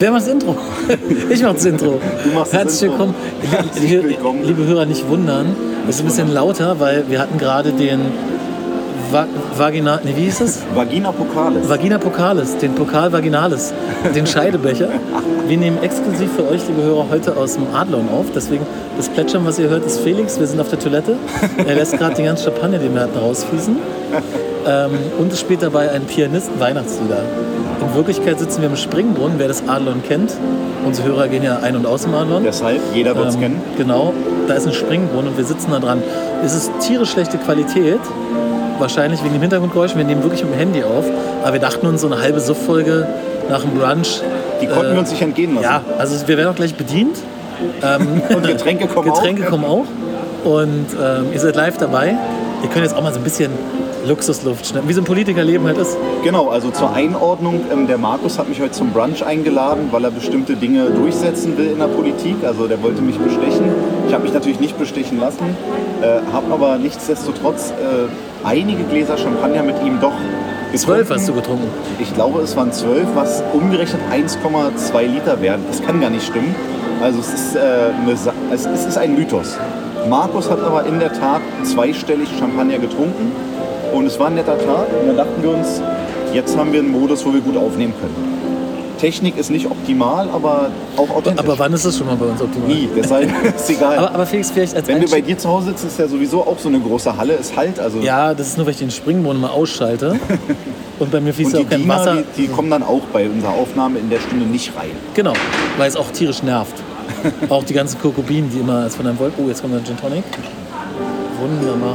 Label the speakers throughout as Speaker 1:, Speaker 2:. Speaker 1: Wer macht das Intro? Ich mach das Intro.
Speaker 2: Du machst das
Speaker 1: Herzlich
Speaker 2: Intro.
Speaker 1: willkommen.
Speaker 2: Herzlich
Speaker 1: Liebe-
Speaker 2: willkommen.
Speaker 1: Liebe Hörer, nicht wundern. Es ist ein bisschen lauter, weil wir hatten gerade den Va Vagina, nee, wie hieß es?
Speaker 2: Vagina Pokalis.
Speaker 1: Vagina Pokalis, den Pokal Vaginalis, den Scheidebecher. Wir nehmen exklusiv für euch, liebe Hörer, heute aus dem Adlon auf. Deswegen das Plätschern, was ihr hört, ist Felix. Wir sind auf der Toilette. Er lässt gerade den ganzen Champagner, den wir hatten, rausfließen. Ähm, und es spielt dabei ein Pianist Weihnachtslieder. In Wirklichkeit sitzen wir im Springbrunnen, wer das Adlon kennt. Unsere Hörer gehen ja ein- und aus dem Adlon.
Speaker 2: Deshalb, jeder wird es
Speaker 1: Ähm,
Speaker 2: kennen.
Speaker 1: Genau, da ist ein Springbrunnen und wir sitzen da dran. Es ist tierisch schlechte Qualität, wahrscheinlich wegen dem Hintergrundgeräusch. Wir nehmen wirklich mit dem Handy auf, aber wir dachten uns, so eine halbe Suff-Folge nach dem Brunch.
Speaker 2: Die konnten
Speaker 1: äh,
Speaker 2: wir uns nicht entgehen lassen.
Speaker 1: Ja, also wir werden auch gleich bedient.
Speaker 2: Und Getränke kommen
Speaker 1: Getränke
Speaker 2: auch.
Speaker 1: kommen auch. Und ähm, ihr seid live dabei. Ihr könnt jetzt auch mal so ein bisschen Luxusluft schnappen, wie so ein Politikerleben halt ist.
Speaker 2: Genau, also zur Einordnung, ähm, der Markus hat mich heute zum Brunch eingeladen, weil er bestimmte Dinge durchsetzen will in der Politik. Also der wollte mich bestechen. Ich habe mich natürlich nicht bestechen lassen, äh, habe aber nichtsdestotrotz äh, einige Gläser Champagner mit ihm doch getrunken.
Speaker 1: Zwölf hast du getrunken.
Speaker 2: Ich glaube, es waren 12, was umgerechnet 1,2 Liter werden. Das kann gar nicht stimmen. Also es ist, äh, eine Sa es, es ist ein Mythos. Markus hat aber in der Tat zweistellig Champagner getrunken und es war ein netter Tag. Und dann dachten wir uns, jetzt haben wir einen Modus, wo wir gut aufnehmen können. Technik ist nicht optimal, aber auch authentisch.
Speaker 1: Aber wann ist das schon mal bei uns optimal?
Speaker 2: Nie, deshalb ist egal.
Speaker 1: Aber, aber Felix, vielleicht als
Speaker 2: Wenn wir bei
Speaker 1: Einstieg-
Speaker 2: dir zu Hause sitzen, ist ja sowieso auch so eine große Halle. Es halt also.
Speaker 1: Ja, das ist nur, weil ich den Springbrunnen mal ausschalte. Und bei mir fließt ja
Speaker 2: und die
Speaker 1: auch kein
Speaker 2: Diener,
Speaker 1: Wasser.
Speaker 2: die, die kommen dann auch bei unserer Aufnahme in der Stunde nicht rein.
Speaker 1: Genau, weil es auch tierisch nervt. auch die ganzen Kokobinen, die immer von einem Wolf. Oh, jetzt kommt ein Gin Tonic. Wunderbar.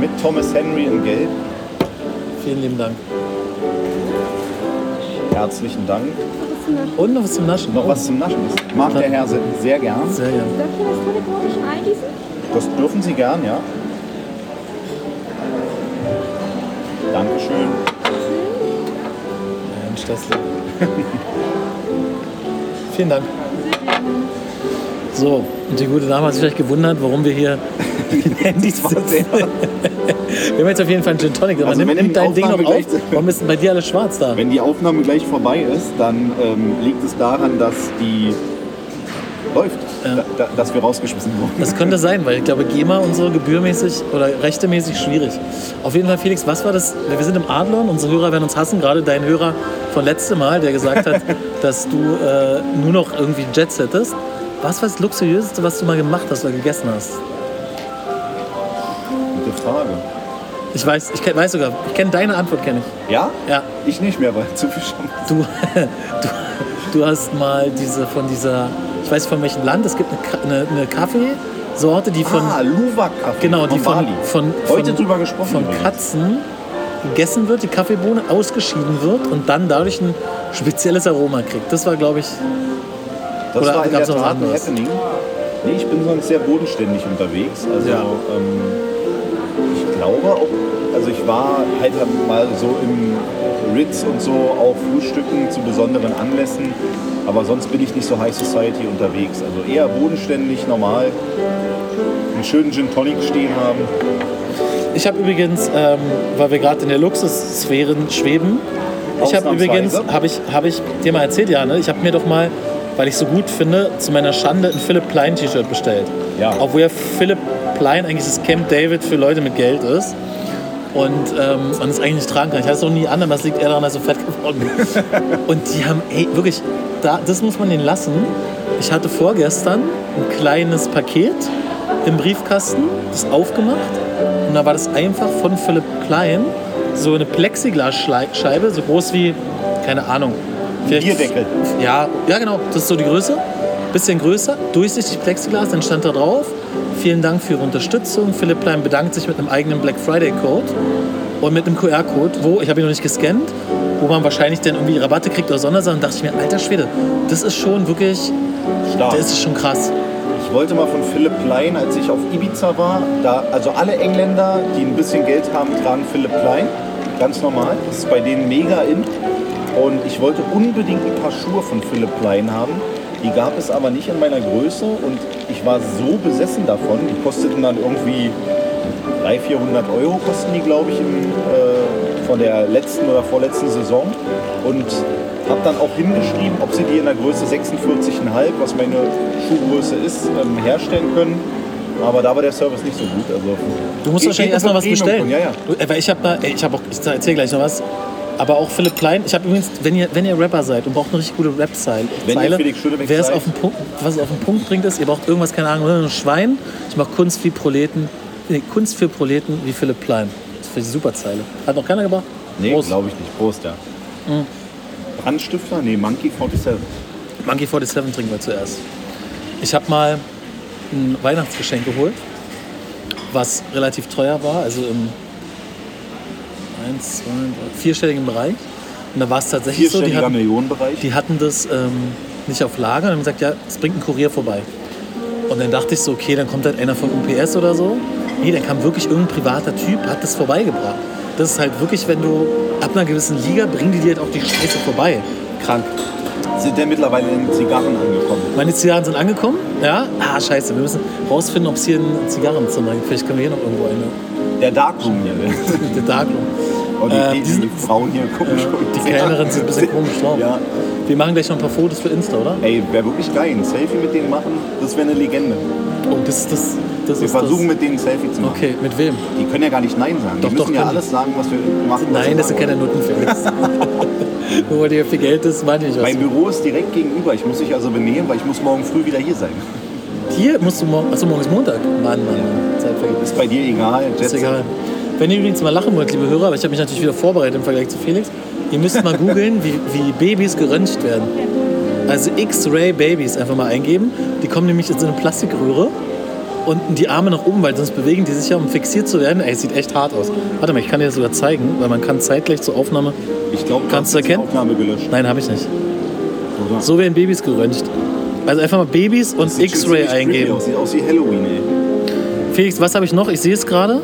Speaker 2: Mit Thomas Henry in Gelb.
Speaker 1: Vielen lieben Dank.
Speaker 2: Herzlichen Dank.
Speaker 1: Und noch was zum Naschen.
Speaker 2: Noch was zum Naschen. Das mag der Herr se- sehr gern.
Speaker 1: Sehr gerne.
Speaker 3: Darf ich das Tonic Water schon eingießen?
Speaker 2: Das dürfen Sie gern, ja. Dankeschön.
Speaker 1: Mensch, das Vielen Dank. So, und die gute Dame hat sich vielleicht gewundert, warum wir hier in Handys
Speaker 2: war
Speaker 1: sitzen.
Speaker 2: sehr-
Speaker 1: wir haben jetzt auf jeden Fall einen Gin Tonic. Aber
Speaker 2: Also
Speaker 1: nimm,
Speaker 2: wenn
Speaker 1: nimm
Speaker 2: die
Speaker 1: dein Ding noch auf.
Speaker 2: Aufnahme gleich-
Speaker 1: Warum ist denn bei dir alles schwarz da?
Speaker 2: Wenn die Aufnahme gleich vorbei ist, dann ähm, liegt es daran, dass die läuft, da, da, dass wir rausgeschmissen wurden.
Speaker 1: Das könnte sein, weil ich glaube, GEMA und so gebührmäßig oder rechtemäßig schwierig. Auf jeden Fall, Felix, was war das? Wir sind im Adlon, unsere Hörer werden uns hassen, gerade dein Hörer von letztem Mal, der gesagt hat, dass du äh, nur noch irgendwie Jets hättest. Was war das Luxuriöseste, was du mal gemacht hast oder gegessen hast?
Speaker 2: Gute Frage.
Speaker 1: Ich weiß, ich kenn, weiß sogar, ich kenne deine Antwort, kenne ich.
Speaker 2: Ja?
Speaker 1: Ja,
Speaker 2: Ich nicht mehr, weil zu viel Champagner.
Speaker 1: du, du, du hast mal diese von dieser, ich weiß von welchem Land, es gibt eine, Ka- eine, eine Kaffeesorte, die von.
Speaker 2: Ah, Luwak-Kaffee.
Speaker 1: Genau, die von,
Speaker 2: Bali.
Speaker 1: von, von,
Speaker 2: Heute drüber gesprochen.
Speaker 1: von
Speaker 2: übrigens.
Speaker 1: Katzen gegessen wird, die Kaffeebohne ausgeschieden wird und dann dadurch ein spezielles Aroma kriegt. Das war, glaube ich,
Speaker 2: Das
Speaker 1: Oder
Speaker 2: war in der
Speaker 1: gab's noch was
Speaker 2: Tat ein
Speaker 1: anderes?
Speaker 2: Happening. Nee, ich bin sonst sehr bodenständig unterwegs. Also
Speaker 1: Ja.
Speaker 2: ähm, ich glaube auch, also ich war halt mal so im Ritz und so auch Frühstücken zu besonderen Anlässen. Aber sonst bin ich nicht so High Society unterwegs. Also eher bodenständig, normal. Einen schönen Gin Tonic stehen haben.
Speaker 1: Ich habe übrigens, ähm, weil wir gerade in der Luxussphäre schweben, ich habe
Speaker 2: Ausnahmsweise.
Speaker 1: übrigens, habe ich, hab ich dir mal erzählt, ja, ne? ich habe mir doch mal, weil ich so gut finde, zu meiner Schande ein Philipp Plein T-Shirt bestellt.
Speaker 2: Ja.
Speaker 1: Obwohl ja Philipp Plein eigentlich das Camp David für Leute mit Geld ist. Und ähm, man es eigentlich nicht tragen kann. Ich hatte es noch nie an, aber es liegt eher daran, dass ich so fett geworden bin. Und die haben, ey, wirklich, da, das muss man denen lassen. Ich hatte vorgestern ein kleines Paket im Briefkasten, das aufgemacht. Und da war das einfach von Philipp Klein so eine Plexiglasscheibe, so groß wie, keine Ahnung. vielleicht-
Speaker 2: Bierdeckel.
Speaker 1: Ja, ja, genau, das ist so die Größe. Bisschen größer, durchsichtig Plexiglas, dann stand da drauf. Vielen Dank für Ihre Unterstützung. Philipp Klein bedankt sich mit einem eigenen Black Friday Code und mit einem QR-Code, wo, ich habe ihn noch nicht gescannt, wo man wahrscheinlich dann irgendwie Rabatte kriegt oder Sondersachen, dachte ich mir, alter Schwede, das ist schon wirklich,
Speaker 2: Stark.
Speaker 1: das ist schon krass.
Speaker 2: Ich wollte mal von Philipp Plein, als ich auf Ibiza war, da, also alle Engländer, die ein bisschen Geld haben, tragen Philipp Plein. Ganz normal. Das ist bei denen mega in. Und ich wollte unbedingt ein paar Schuhe von Philipp Plein haben. Die gab es aber nicht in meiner Größe und ich war so besessen davon. Die kosteten dann irgendwie 300, 400 Euro kosten die, glaube ich, im, äh, von der letzten oder vorletzten Saison. Und habe dann auch hingeschrieben, ob sie die in der Größe 46,5, was meine Schuhgröße ist, ähm, herstellen können. Aber da war der Service nicht so gut. Also
Speaker 1: Du musst
Speaker 2: Geht-
Speaker 1: wahrscheinlich
Speaker 2: geht
Speaker 1: erstmal
Speaker 2: unter
Speaker 1: was bestellen.
Speaker 2: Premium-Kunden, Ja, ja.
Speaker 1: Du, äh, Weil ich habe da, ey, ich habe auch, ich erzähle gleich noch was. Aber auch Philipp Klein. Ich habe übrigens, wenn ihr, wenn ihr Rapper seid und braucht eine richtig gute Rap-Zeile,
Speaker 2: Wenn ihr
Speaker 1: Zeile,
Speaker 2: Felix Schönebeck
Speaker 1: wer es
Speaker 2: seid.
Speaker 1: auf den Punkt, was es auf den Punkt bringt, ist, ihr braucht irgendwas, keine Ahnung, ein Schwein. Ich mache Kunst für Proleten, nee, Kunst für Proleten wie Philipp Klein. Das finde ich eine super Zeile. Hat noch keiner gebracht?
Speaker 2: Nee,
Speaker 1: Prost.
Speaker 2: glaube ich nicht. Prost, ja. Brandstifter? Nee, Monkey 47.
Speaker 1: Monkey 47 trinken wir zuerst. Ich habe mal ein Weihnachtsgeschenk geholt, was relativ teuer war, also im 1, 2, 3, vierstelligen Bereich. Und da war es tatsächlich so, die
Speaker 2: Vierstelliger
Speaker 1: hatten,
Speaker 2: Millionenbereich.
Speaker 1: die hatten das ähm, nicht auf Lager und haben gesagt, ja, es bringt ein Kurier vorbei. Und dann dachte ich so, okay, dann kommt halt einer von UPS oder so. Nee, dann kam wirklich irgendein privater Typ, hat das vorbeigebracht. Das ist halt wirklich, wenn du ab einer gewissen Liga bringen die dir halt auch die Scheiße vorbei. Krank.
Speaker 2: Sind denn mittlerweile in Zigarren angekommen?
Speaker 1: Meine Zigarren sind angekommen, ja? Ah, scheiße, wir müssen rausfinden, ob es hier ein Zigarrenzimmer gibt. Vielleicht können wir hier noch irgendwo eine.
Speaker 2: Der Darkroom hier. ne?
Speaker 1: Der Darkroom.
Speaker 2: Oh, die,
Speaker 1: Ähm,
Speaker 2: die, Äh,
Speaker 1: die
Speaker 2: die,
Speaker 1: sind-
Speaker 2: Frauen hier gucken schon.
Speaker 1: Die Kellnerin sieht ein bisschen komisch drauf.
Speaker 2: Ja.
Speaker 1: Wir machen gleich noch ein paar Fotos für Insta, oder?
Speaker 2: Ey, wäre wirklich geil. Ein Selfie mit denen machen, das wäre eine Legende.
Speaker 1: Oh, das, das, das
Speaker 2: Wir
Speaker 1: ist
Speaker 2: versuchen
Speaker 1: das.
Speaker 2: mit denen ein Selfie zu machen.
Speaker 1: Okay, mit wem?
Speaker 2: Die können ja gar nicht Nein sagen.
Speaker 1: Doch,
Speaker 2: die
Speaker 1: doch,
Speaker 2: müssen ja
Speaker 1: können
Speaker 2: alles sagen, was wir machen. was wir
Speaker 1: Nein, das sind
Speaker 2: machen.
Speaker 1: keine Nutten, Felix. Nur weil dir viel Geld ist, meine ich was.
Speaker 2: Mein Büro ist direkt gegenüber. Ich muss mich also benehmen, weil ich muss morgen früh wieder hier sein.
Speaker 1: Hier musst du morgen. Achso, morgen ist Montag. Mann, Mann, Mann. Zeit vergeht.
Speaker 2: Ist bei dir egal. Jet
Speaker 1: Ist
Speaker 2: Set.
Speaker 1: egal. Wenn ihr übrigens mal lachen wollt, liebe Hörer, aber ich habe mich natürlich wieder vorbereitet im Vergleich zu Felix, ihr müsst mal googeln, wie, wie Babys geröntgt werden. Also X-Ray Babys einfach mal eingeben. Die kommen nämlich in so eine Plastikröhre und die Arme nach oben, weil sonst bewegen die sich ja, um fixiert zu werden. Ey, es sieht echt hart aus. Warte mal, ich kann dir das sogar zeigen, weil man kann zeitgleich zur Aufnahme...
Speaker 2: Ich glaube,
Speaker 1: Kannst
Speaker 2: hast
Speaker 1: du erkennen?
Speaker 2: Die Aufnahme gelöscht.
Speaker 1: Nein, habe ich nicht.
Speaker 2: Oder?
Speaker 1: So werden Babys geröntgt. Also einfach mal Babys und
Speaker 2: Sieht schon
Speaker 1: X-Ray
Speaker 2: ziemlich creepy
Speaker 1: eingeben.
Speaker 2: Aus. Sieht aus wie Halloween, ey.
Speaker 1: Felix, was habe ich noch? Ich sehe es gerade.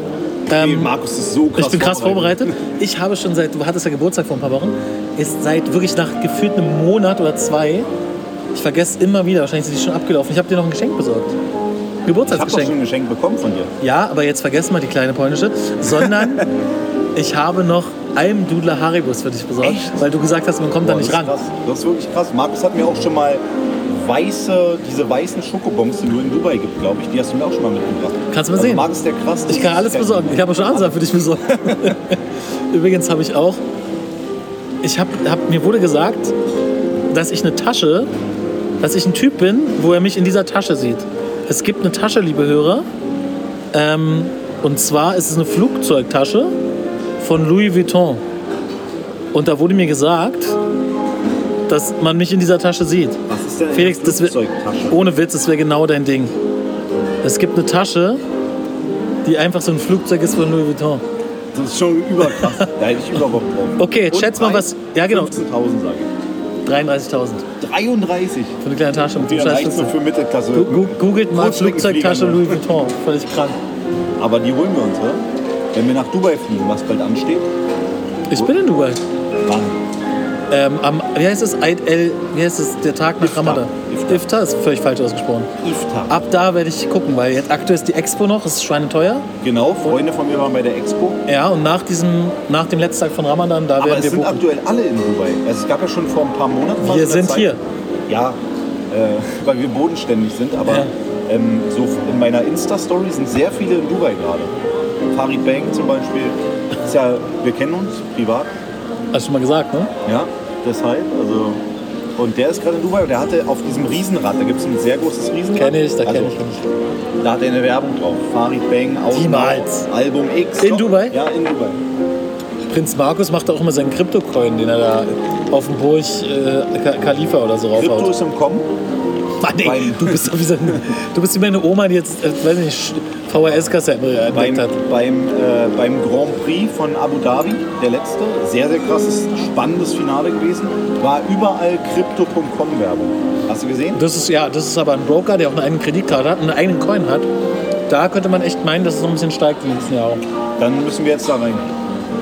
Speaker 2: nee,
Speaker 1: Ähm,
Speaker 2: Markus ist so krass
Speaker 1: Ich bin krass vorbereitet. Ich habe schon seit, du hattest ja Geburtstag vor ein paar Wochen, ist seit wirklich nach gefühlt einem Monat oder zwei, ich vergesse immer wieder, wahrscheinlich sind die schon abgelaufen. Ich habe dir noch ein Geschenk besorgt.
Speaker 2: Ich habe doch schon
Speaker 1: Geburtstagsgeschenk.
Speaker 2: ein Geschenk bekommen von dir.
Speaker 1: Ja, aber jetzt vergessen wir die kleine polnische, sondern ich habe noch Almdudler Haribus für dich besorgt,
Speaker 2: Echt?
Speaker 1: weil du gesagt hast, man kommt da
Speaker 2: Boah,
Speaker 1: nicht
Speaker 2: das
Speaker 1: ran.
Speaker 2: ist Krass. Das ist wirklich krass. Markus hat mir auch schon mal weiße, diese weißen Schokobons, die nur in Dubai gibt, glaube ich, die hast du mir auch schon mal mitgebracht.
Speaker 1: Kannst du mal
Speaker 2: also
Speaker 1: sehen.
Speaker 2: Markus ist der krass.
Speaker 1: Ich kann alles besorgen. Ich habe schon Ansagen für dich besorgt. Übrigens habe ich auch. Ich hab, hab, mir wurde gesagt, dass ich eine Tasche, dass ich ein Typ bin, wo er mich in dieser Tasche sieht. Es gibt eine Tasche, liebe Hörer. Ähm, und zwar ist es eine Flugzeugtasche von Louis Vuitton. Und da wurde mir gesagt, dass man mich in dieser Tasche sieht.
Speaker 2: Was ist denn
Speaker 1: Felix, das wär,
Speaker 2: Flugzeugtasche?
Speaker 1: ohne Witz, das wäre genau dein Ding. Es gibt eine Tasche, die einfach so ein Flugzeug ist von Louis Vuitton.
Speaker 2: Das ist schon überkrass. da hätte ich überhaupt drauf.
Speaker 1: Okay, jetzt
Speaker 2: Und
Speaker 1: schätz mal, was-
Speaker 2: Preis?
Speaker 1: ja, genau.
Speaker 2: 15.000 sage ich.
Speaker 1: 33.000 für
Speaker 2: 33.
Speaker 1: eine kleine Tasche mit dem
Speaker 2: Ja, reicht nur
Speaker 1: Scheißschlüssel.
Speaker 2: für Mittelklasse.
Speaker 1: Gu- gu- Googelt mal
Speaker 2: Kurzstreckenflieger
Speaker 1: Flugzeugtasche
Speaker 2: nur.
Speaker 1: Louis Vuitton. Völlig krank.
Speaker 2: Aber die holen wir uns, oder? Wenn wir nach Dubai fliegen, was bald ansteht,
Speaker 1: Ich bin in Dubai.
Speaker 2: dann
Speaker 1: Ähm, am, wie heißt es? Eid el, wie heißt es? Der Tag nach
Speaker 2: Iftar.
Speaker 1: Ramadan.
Speaker 2: Iftar.
Speaker 1: Iftar. ist völlig falsch ausgesprochen.
Speaker 2: Iftar.
Speaker 1: Ab da werde ich gucken, weil jetzt aktuell ist die Expo noch, ist schweineteuer.
Speaker 2: Genau, Freunde von mir waren bei der Expo.
Speaker 1: Ja, und nach, diesem, nach dem letzten Tag von Ramadan, da
Speaker 2: Aber
Speaker 1: werden
Speaker 2: es
Speaker 1: wir
Speaker 2: sind
Speaker 1: buchen.
Speaker 2: aktuell alle in Dubai. Also es gab ja schon vor ein paar Monaten. war
Speaker 1: Wir
Speaker 2: so eine
Speaker 1: sind
Speaker 2: Zeit-
Speaker 1: hier.
Speaker 2: Ja, äh, weil wir bodenständig sind. Aber
Speaker 1: Ja.
Speaker 2: ähm, so in meiner Insta-Story sind sehr viele in Dubai gerade. Farid Bang zum Beispiel. Ist ja, wir kennen uns privat.
Speaker 1: Hast du schon mal gesagt, ne?
Speaker 2: Ja, deshalb. Also, und der ist gerade in Dubai und der hatte auf diesem Riesenrad, da gibt es ein sehr großes Riesenrad. Also,
Speaker 1: Kenne ich, da kenne ich mich.
Speaker 2: Da hat er eine Werbung drauf. Farid Bang,
Speaker 1: Niemals.
Speaker 2: Auto, Album X.
Speaker 1: In
Speaker 2: Doch,
Speaker 1: Dubai?
Speaker 2: Ja, in Dubai.
Speaker 1: Prinz Markus macht auch immer seinen Kryptocoin, den er da auf dem Burj äh, Ka- Khalifa oder so
Speaker 2: Krypto
Speaker 1: raufhaut.
Speaker 2: ist im Kommen.
Speaker 1: Mann, ey,
Speaker 2: beim-
Speaker 1: du bist doch wie so ein, du bist wie meine Oma, die jetzt, äh, weiß nicht, VHS-Kassette
Speaker 2: beim,
Speaker 1: entdeckt hat.
Speaker 2: beim, äh, beim Grand Prix von Abu Dhabi, der letzte, sehr, sehr krasses, spannendes Finale gewesen, war überall Crypto.com-Werbung. Hast du gesehen?
Speaker 1: Das ist, ja, das ist aber ein Broker, der auch eine eigene Kreditkarte hat und einen eigenen Coin hat. Da könnte man echt meinen, dass es noch ein bisschen steigt die nächsten Jahre.
Speaker 2: Dann müssen wir jetzt da rein.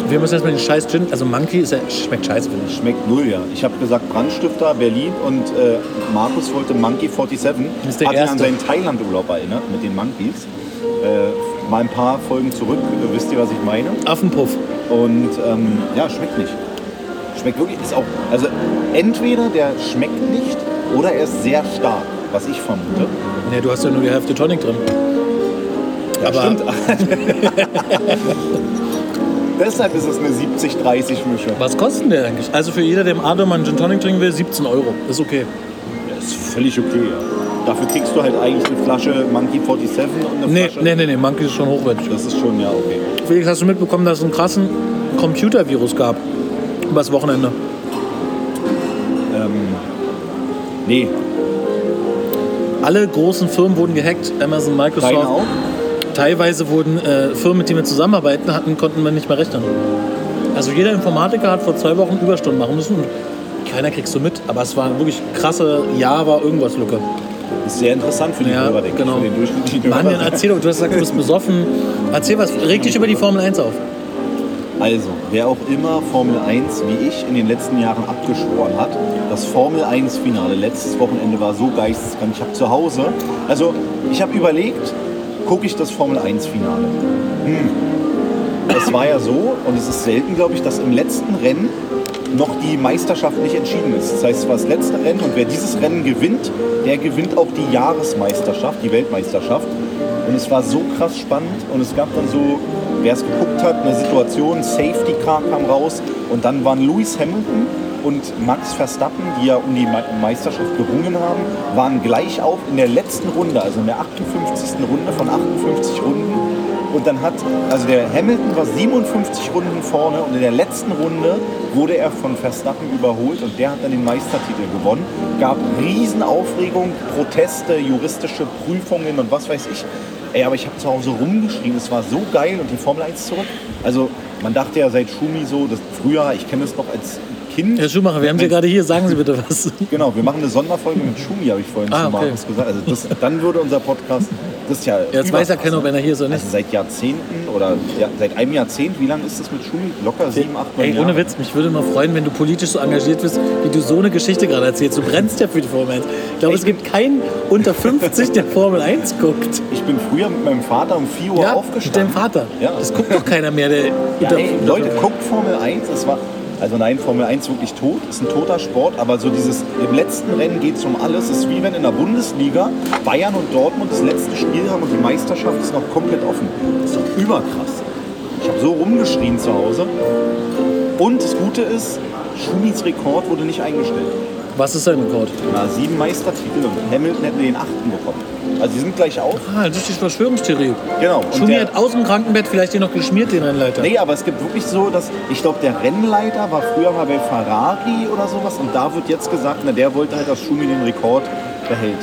Speaker 1: Wir müssen erstmal den scheiß Gin, also Monkey ist ja, schmeckt scheiße, finde ich.
Speaker 2: Schmeckt null, ja. Ich habe gesagt Brandstifter, Berlin und äh, Markus wollte Monkey 47.
Speaker 1: Das ist der
Speaker 2: hat ihn an
Speaker 1: erste.
Speaker 2: seinen Thailand-Urlaub erinnert mit den Monkeys. Äh, mal ein paar Folgen zurück, äh, wisst ihr, was ich meine.
Speaker 1: Affenpuff.
Speaker 2: Und ähm, ja, schmeckt nicht. Schmeckt wirklich, ist auch, also entweder der schmeckt nicht oder er ist sehr stark, was ich vermute.
Speaker 1: Nee, du hast ja nur die Hälfte Tonic drin.
Speaker 2: Ja,
Speaker 1: Aber-
Speaker 2: stimmt. Deshalb ist es eine 70-30-Mischung.
Speaker 1: Was kostet denn der eigentlich? Also für jeder, der im Adom einen Gin Tonic trinken will, 17 Euro. Ist okay.
Speaker 2: Ist völlig okay, ja. Dafür kriegst du halt eigentlich eine Flasche Monkey 47 und eine
Speaker 1: Nee,
Speaker 2: Flasche.
Speaker 1: nee, nee, nee, Monkey ist schon hochwertig.
Speaker 2: Das ist schon, ja, okay.
Speaker 1: Felix, hast du mitbekommen, dass es einen krassen Computervirus gab? Übers Wochenende.
Speaker 2: Nee,
Speaker 1: Alle großen Firmen wurden gehackt, Amazon, Microsoft.
Speaker 2: deine auch?
Speaker 1: Teilweise wurden äh, Firmen, mit denen wir zusammenarbeiten hatten, konnten wir nicht mehr rechnen. Also jeder Informatiker hat vor zwei Wochen Überstunden machen müssen und keiner kriegst du mit. Aber es war eine wirklich krasse Java-Irgendwas-Lücke.
Speaker 2: Ist sehr interessant für die
Speaker 1: Ja,
Speaker 2: Hörer, denke ich,
Speaker 1: genau.
Speaker 2: für den durchschnittlichen
Speaker 1: Mann, dann
Speaker 2: Hörer.
Speaker 1: erzähl doch, du hast gesagt, du bist besoffen. Erzähl was, reg dich über die Formel 1 auf.
Speaker 2: Also, wer auch immer Formel 1 wie ich in den letzten Jahren abgeschworen hat, das Formel 1 Finale letztes Wochenende war so geisteskrank. Ich habe zu Hause, also ich habe überlegt, gucke ich das Formel 1 Finale. Hm. Das war ja so und es ist selten, glaube ich, dass im letzten Rennen noch die Meisterschaft nicht entschieden ist. Das heißt, es war das letzte Rennen und wer dieses Rennen gewinnt, der gewinnt auch die Jahresmeisterschaft, die Weltmeisterschaft. Und es war so krass spannend und es gab dann so, wer es geguckt hat, eine Situation, Safety Car kam raus und dann waren Lewis Hamilton und Max Verstappen, die ja um die Me- Meisterschaft gerungen haben, waren gleich auf in der letzten Runde, also in der 58. Runde von 58 Runden. Und dann hat, also der Hamilton war 57 Runden vorne und in der letzten Runde wurde er von Verstappen überholt und der hat dann den Meistertitel gewonnen. Gab Riesenaufregung, Proteste, juristische Prüfungen und was weiß ich. Ey, aber ich habe zu Hause rumgeschrien, es war so geil und die Formel 1 zurück. Also man dachte ja seit Schumi so, das früher, ich kenne es noch als Kind.
Speaker 1: Herr Schumacher, wir haben Sie gerade hier, sagen Sie bitte was.
Speaker 2: Genau, wir machen eine Sonderfolge mit Schumi, habe ich vorhin
Speaker 1: Ah,
Speaker 2: zu
Speaker 1: okay.
Speaker 2: Markus gesagt. Also das, dann würde unser Podcast, das ist ja
Speaker 1: Jetzt weiß ja
Speaker 2: überkrass,
Speaker 1: keiner,
Speaker 2: ne?
Speaker 1: ob einer hier ist oder nicht.
Speaker 2: Also seit Jahrzehnten oder ja, seit einem Jahrzehnt, wie lange ist das mit Schumi? Locker sieben, acht, neun
Speaker 1: Ey, ohne
Speaker 2: Jahre.
Speaker 1: Witz, mich würde mal freuen, wenn du politisch so engagiert bist, wie du so eine Geschichte gerade erzählst. Du brennst ja für die Formel 1. Ich glaube, es gibt keinen unter 50, der Formel 1 guckt.
Speaker 2: Ich bin früher mit meinem Vater um 4 Uhr
Speaker 1: Ja, mit
Speaker 2: aufgestanden.
Speaker 1: deinem Vater.
Speaker 2: Ja.
Speaker 1: Das guckt doch keiner mehr, der
Speaker 2: Ja,
Speaker 1: unter,
Speaker 2: ey, Leute, guckt Formel 1. Es war, also nein, Formel 1 wirklich tot, ist ein toter Sport, aber so dieses, im letzten Rennen geht es um alles. Es ist wie wenn in der Bundesliga Bayern und Dortmund das letzte Spiel haben und die Meisterschaft ist noch komplett offen. Das ist doch überkrass. Ich habe so rumgeschrien zu Hause. Und das Gute ist, Schumis Rekord wurde nicht eingestellt.
Speaker 1: Was ist sein Rekord?
Speaker 2: Na, sieben Meistertitel und Hamilton hätte den achten bekommen. Also die sind gleich auf.
Speaker 1: Ah, das ist die Verschwörungstheorie.
Speaker 2: Genau. Und
Speaker 1: Schumi
Speaker 2: der-
Speaker 1: hat aus dem Krankenbett vielleicht den noch geschmiert, den Rennleiter.
Speaker 2: Nee, aber es gibt wirklich so, dass ich glaube, der Rennleiter war früher mal bei Ferrari oder sowas und da wird jetzt gesagt, na, der wollte halt, dass Schumi den Rekord behält.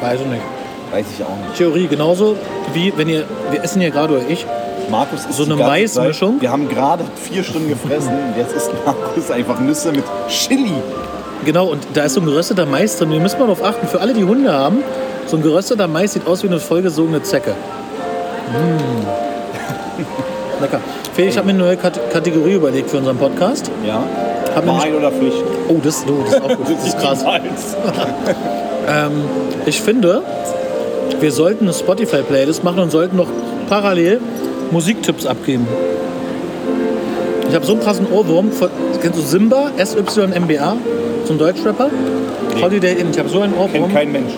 Speaker 1: Weiß ich nicht.
Speaker 2: Weiß ich auch nicht.
Speaker 1: Theorie genauso wie wenn ihr, wir essen ja gerade oder ich,
Speaker 2: Markus ist
Speaker 1: So
Speaker 2: die
Speaker 1: eine
Speaker 2: ganze
Speaker 1: Maismischung?
Speaker 2: Zeit- Wir haben gerade vier Stunden gefressen und jetzt isst Markus einfach Nüsse mit Chili.
Speaker 1: genau, und da ist so ein gerösteter Mais drin. Ihr müsst mal darauf achten, für alle, die Hunde haben, so ein gerösteter Mais sieht aus wie eine vollgesogene Zecke. Mmh. Lecker. Felix, ich habe mir eine neue Kate- Kategorie überlegt für unseren Podcast.
Speaker 2: Ja.
Speaker 1: Hab
Speaker 2: Wein oder Pflicht?
Speaker 1: Oh, das, oh, das ist auch gut. Das ist krass. Ich finde, wir sollten eine Spotify-Playlist machen und sollten noch parallel Musiktipps abgeben. Ich habe so einen krassen Ohrwurm. Von, kennst du Simba, SYMBA, so ein Deutschrapper? Holiday Inn. Ich habe so einen Ohrwurm.
Speaker 2: Kennt kein Mensch.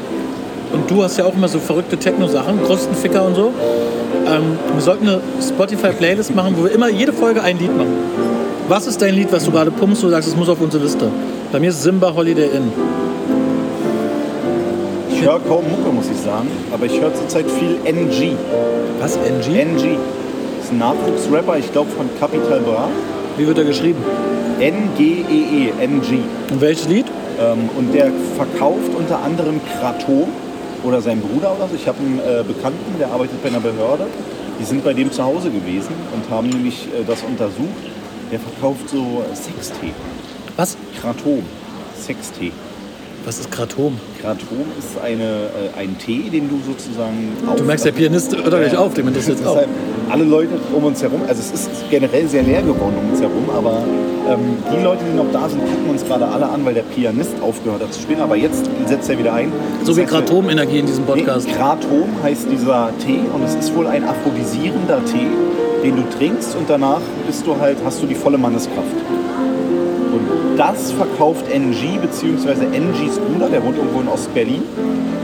Speaker 1: Und du hast ja auch immer so verrückte Techno-Sachen, Kostenficker und so. Ähm, wir sollten eine Spotify-Playlist machen, wo wir immer jede Folge ein Lied machen. Was ist dein Lied, was du gerade pumpst, wo du sagst, es muss auf unsere Liste? Bei mir ist Simba Holiday Inn.
Speaker 2: Ich höre kaum Mucke, muss ich sagen, aber ich höre zurzeit viel NG.
Speaker 1: Was, NG?
Speaker 2: NG ist ein Nachwuchsrapper, ich glaube von Capital Bra. E
Speaker 1: Wie wird er geschrieben?
Speaker 2: N-G-E-E, NG.
Speaker 1: Und welches Lied?
Speaker 2: Ähm, und der verkauft unter anderem Kratom oder sein Bruder oder so. Ich habe einen äh, Bekannten, der arbeitet bei einer Behörde. Die sind bei dem zu Hause gewesen und haben nämlich äh, das untersucht. Der verkauft so Sextee.
Speaker 1: Was?
Speaker 2: Kratom. Sextee.
Speaker 1: Was ist Kratom?
Speaker 2: Kratom ist eine, äh, ein Tee, den du sozusagen auf-
Speaker 1: Du merkst, der Pianist hört doch gleich auf, dem interessiert es auch.
Speaker 2: Deshalb, alle Leute um uns herum, also es ist generell sehr leer geworden um uns herum, aber ähm, die Leute, die noch da sind, gucken uns gerade alle an, weil der Pianist aufgehört hat zu spielen, aber jetzt setzt er wieder ein.
Speaker 1: So wie
Speaker 2: Das heißt, wir-
Speaker 1: Kratom-Energie in diesem Podcast.
Speaker 2: Nee, Kratom heißt dieser Tee und es ist wohl ein aphrodisierender Tee, den du trinkst und danach bist du halt, hast du die volle Manneskraft. Das verkauft NG bzw. NGs Bruder, der wohnt irgendwo in Ostberlin.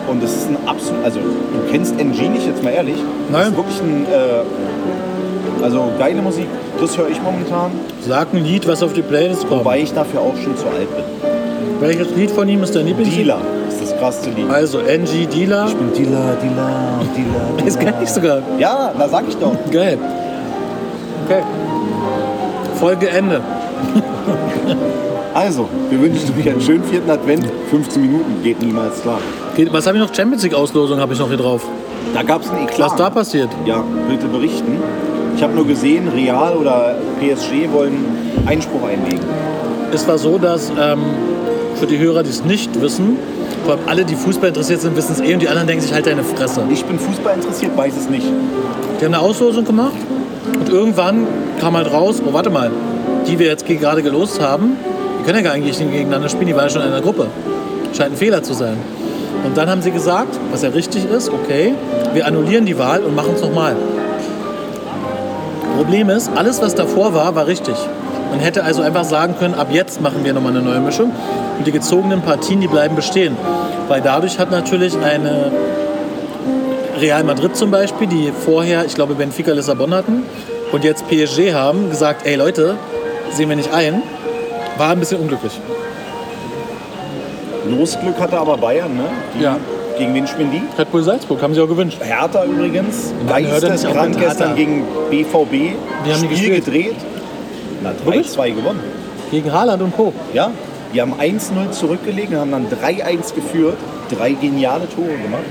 Speaker 2: Und das ist ein absolut, also du kennst NG nicht, jetzt mal ehrlich. Das
Speaker 1: Nein.
Speaker 2: ist wirklich ein, äh, also geile Musik, das höre ich momentan,
Speaker 1: Sag ein Lied, was auf die Playlist kommt.
Speaker 2: wobei ich dafür auch schon zu alt bin.
Speaker 1: Welches Lied von ihm ist dein Lieblingslied?
Speaker 2: Dealer ist das krasseste Lied.
Speaker 1: Also NG Dealer.
Speaker 2: Ich bin Dealer, Dealer, Dealer.
Speaker 1: Ist gar nicht sogar.
Speaker 2: Ja, da sag ich doch.
Speaker 1: Geil. Okay. Folge Ende.
Speaker 2: Also, wir wünschen euch einen schönen vierten Advent. 15 Minuten geht niemals klar.
Speaker 1: Geht- Was habe ich noch? Champions League Auslosung habe ich noch hier drauf.
Speaker 2: Da gab es einen Eklat.
Speaker 1: Was da passiert?
Speaker 2: Ja, bitte berichten. Ich habe nur gesehen, Real oder PSG wollen Einspruch einlegen.
Speaker 1: Es war so, dass ähm, für die Hörer, die es nicht wissen, vor allem alle, die Fußball interessiert sind, wissen es eh und die anderen denken sich halt deine Fresse.
Speaker 2: Ich bin Fußball interessiert, weiß es nicht.
Speaker 1: Die haben eine Auslosung gemacht und irgendwann kam halt raus, oh warte mal, die wir jetzt ge- gerade gelost haben, die können ja gar eigentlich nicht gegeneinander spielen, die waren ja schon in einer Gruppe. Scheint ein Fehler zu sein. Und dann haben sie gesagt, was ja richtig ist, okay, wir annullieren die Wahl und machen es nochmal. Problem ist, alles was davor war, war richtig. Man hätte also einfach sagen können, ab jetzt machen wir nochmal eine neue Mischung und die gezogenen Partien, die bleiben bestehen. Weil dadurch hat natürlich eine Real Madrid zum Beispiel, die vorher, ich glaube, Benfica Lissabon hatten und jetzt PSG haben, gesagt, ey Leute, sehen wir nicht ein. War ein bisschen unglücklich.
Speaker 2: Losglück hatte aber Bayern, ne? Die-
Speaker 1: Ja.
Speaker 2: Gegen wen spielen die?
Speaker 1: Red Bull Salzburg, haben sie auch gewünscht.
Speaker 2: Hertha übrigens.
Speaker 1: Mann, hört er nicht auf
Speaker 2: Geisteskrank
Speaker 1: mit Hertha?
Speaker 2: gestern gegen BVB.
Speaker 1: Wie haben die
Speaker 2: Spiel
Speaker 1: gespielt?
Speaker 2: gedreht. Na,
Speaker 1: Wirklich?
Speaker 2: 3-2 gewonnen.
Speaker 1: Gegen Haaland und Co.
Speaker 2: Ja, wir haben 1-0 zurückgelegen, haben dann 3-1 geführt, drei geniale Tore gemacht.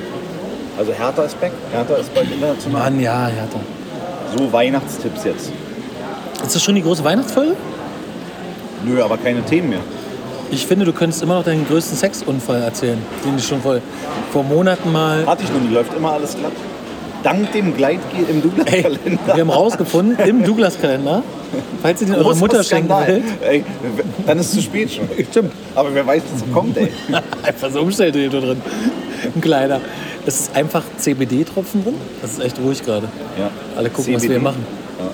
Speaker 2: Also Hertha ist back, Hertha ist bald international.
Speaker 1: Mann, ja, Hertha.
Speaker 2: So Weihnachtstipps jetzt.
Speaker 1: Ist das schon die große Weihnachtsfolge?
Speaker 2: Nö, aber keine Themen mehr.
Speaker 1: Ich finde, du könntest immer noch deinen größten Sexunfall erzählen, den ich schon vor, vor Monaten mal...
Speaker 2: Hatte ich noch nie, läuft immer alles glatt. Dank dem Gleitgel im
Speaker 1: Ey,
Speaker 2: Douglas-Kalender.
Speaker 1: wir haben rausgefunden, im Douglas-Kalender, falls ihr den eurer
Speaker 2: Großer
Speaker 1: Mutter schenken
Speaker 2: Skandal.
Speaker 1: wollt.
Speaker 2: Ey, w- dann ist es zu spät schon.
Speaker 1: Stimmt.
Speaker 2: Aber wer weiß, was kommt, ey.
Speaker 1: einfach so umstellt hier drin. Ein kleiner. Es ist einfach CBD-Tropfen drin. Das ist echt ruhig gerade.
Speaker 2: Ja.
Speaker 1: Alle gucken, was
Speaker 2: CBD.
Speaker 1: wir machen.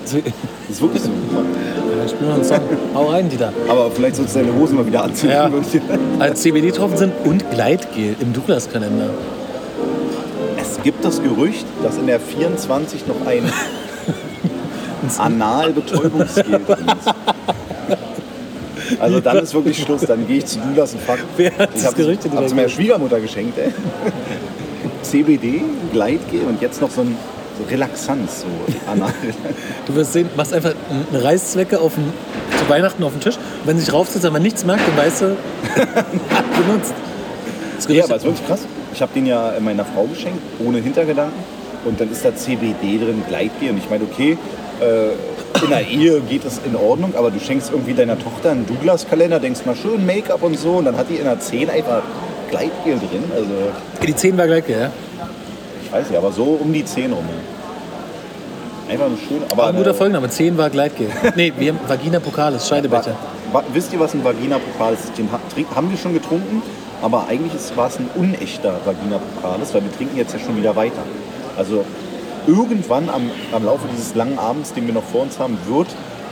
Speaker 2: Das ist wirklich so.
Speaker 1: Dann spielen wir einen Song. Hau rein, Dieter. Also
Speaker 2: Aber vielleicht sollst du deine Hosen mal wieder anziehen.
Speaker 1: Ja.
Speaker 2: wirklich.
Speaker 1: Als CBD-Tropfen sind und Gleitgel im Douglas-Kalender.
Speaker 2: Es gibt das Gerücht, dass in der 24 noch ein Analbetäubungsgel drin ist. Also dann ist wirklich Schluss, dann gehe ich zu Dulas und frage.
Speaker 1: Wer hat das Gerücht
Speaker 2: Ich
Speaker 1: denn
Speaker 2: habe es meiner Schwiegermutter geschenkt, ey. CBD, Gleitgel und jetzt noch so ein so Relaxanz, so Anal.
Speaker 1: Du wirst sehen, machst einfach eine Reißzwecke auf den, zu Weihnachten auf den Tisch. Und wenn sich raufsetzt, aber nichts merkt, dann weißt du, hat benutzt. Das
Speaker 2: Ja,
Speaker 1: Gerücht-
Speaker 2: aber es ist wirklich krass. Ich habe den ja äh, meiner Frau geschenkt, ohne Hintergedanken. Und dann ist da CBD drin, Gleitgel. Und ich meine, okay, äh, in der Ehe geht es in Ordnung, aber du schenkst irgendwie deiner Tochter einen Douglas-Kalender, denkst mal schön Make-up und so. Und dann hat die in der 10 einfach Gleitgel drin. Also,
Speaker 1: die 10 war Gleitgel, ja?
Speaker 2: ich weiß nicht, aber so um die 10 rum. Einfach nur schön. Aber äh,
Speaker 1: War ein guter Folgenname. 10 war Gleitgel. nee, wir haben Vagina Pokalis,
Speaker 2: Wa-
Speaker 1: Scheidebette.
Speaker 2: wa- Wisst ihr, was ein Vagina-Pokal ist? Den ha- trink- haben wir schon getrunken, aber eigentlich ist- war es ein unechter Vagina-Pokal, weil wir trinken jetzt ja schon wieder weiter. Also irgendwann am, am Laufe dieses langen Abends, den wir noch vor uns haben, wird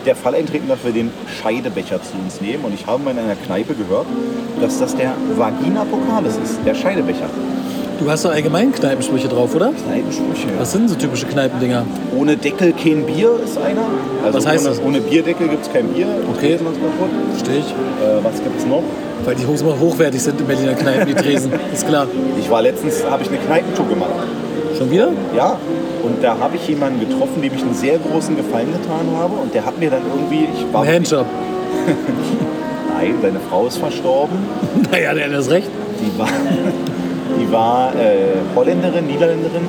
Speaker 2: der Fall eintreten, dass wir den Scheidebecher zu uns nehmen. Und ich habe mal in einer Kneipe gehört, dass das der Vagina-Pokal ist, der Scheidebecher.
Speaker 1: Du hast doch allgemein Kneipensprüche drauf, oder?
Speaker 2: Kneipensprüche.
Speaker 1: Was sind so typische Kneipendinger?
Speaker 2: Ohne Deckel kein Bier ist einer. Also
Speaker 1: Was heißt
Speaker 2: ohne,
Speaker 1: das?
Speaker 2: ohne Bierdeckel gibt es kein Bier.
Speaker 1: Okay.
Speaker 2: Treten wir uns mal vor.
Speaker 1: Verstehe ich.
Speaker 2: Äh, was gibt es noch?
Speaker 1: Weil die Hosen mal hochwertig sind in Berliner Kneipen, die Tresen. Ist klar.
Speaker 2: Ich war letztens, habe ich eine Kneipentour gemacht.
Speaker 1: Schon wieder?
Speaker 2: Ja. Und da habe ich jemanden getroffen, dem ich einen sehr großen Gefallen getan habe. Und der hat mir dann irgendwie, ich war,
Speaker 1: Ein Handjob.
Speaker 2: nein, seine Frau ist verstorben.
Speaker 1: Naja, der hat das recht.
Speaker 2: Die war, die war äh, Holländerin, Niederländerin.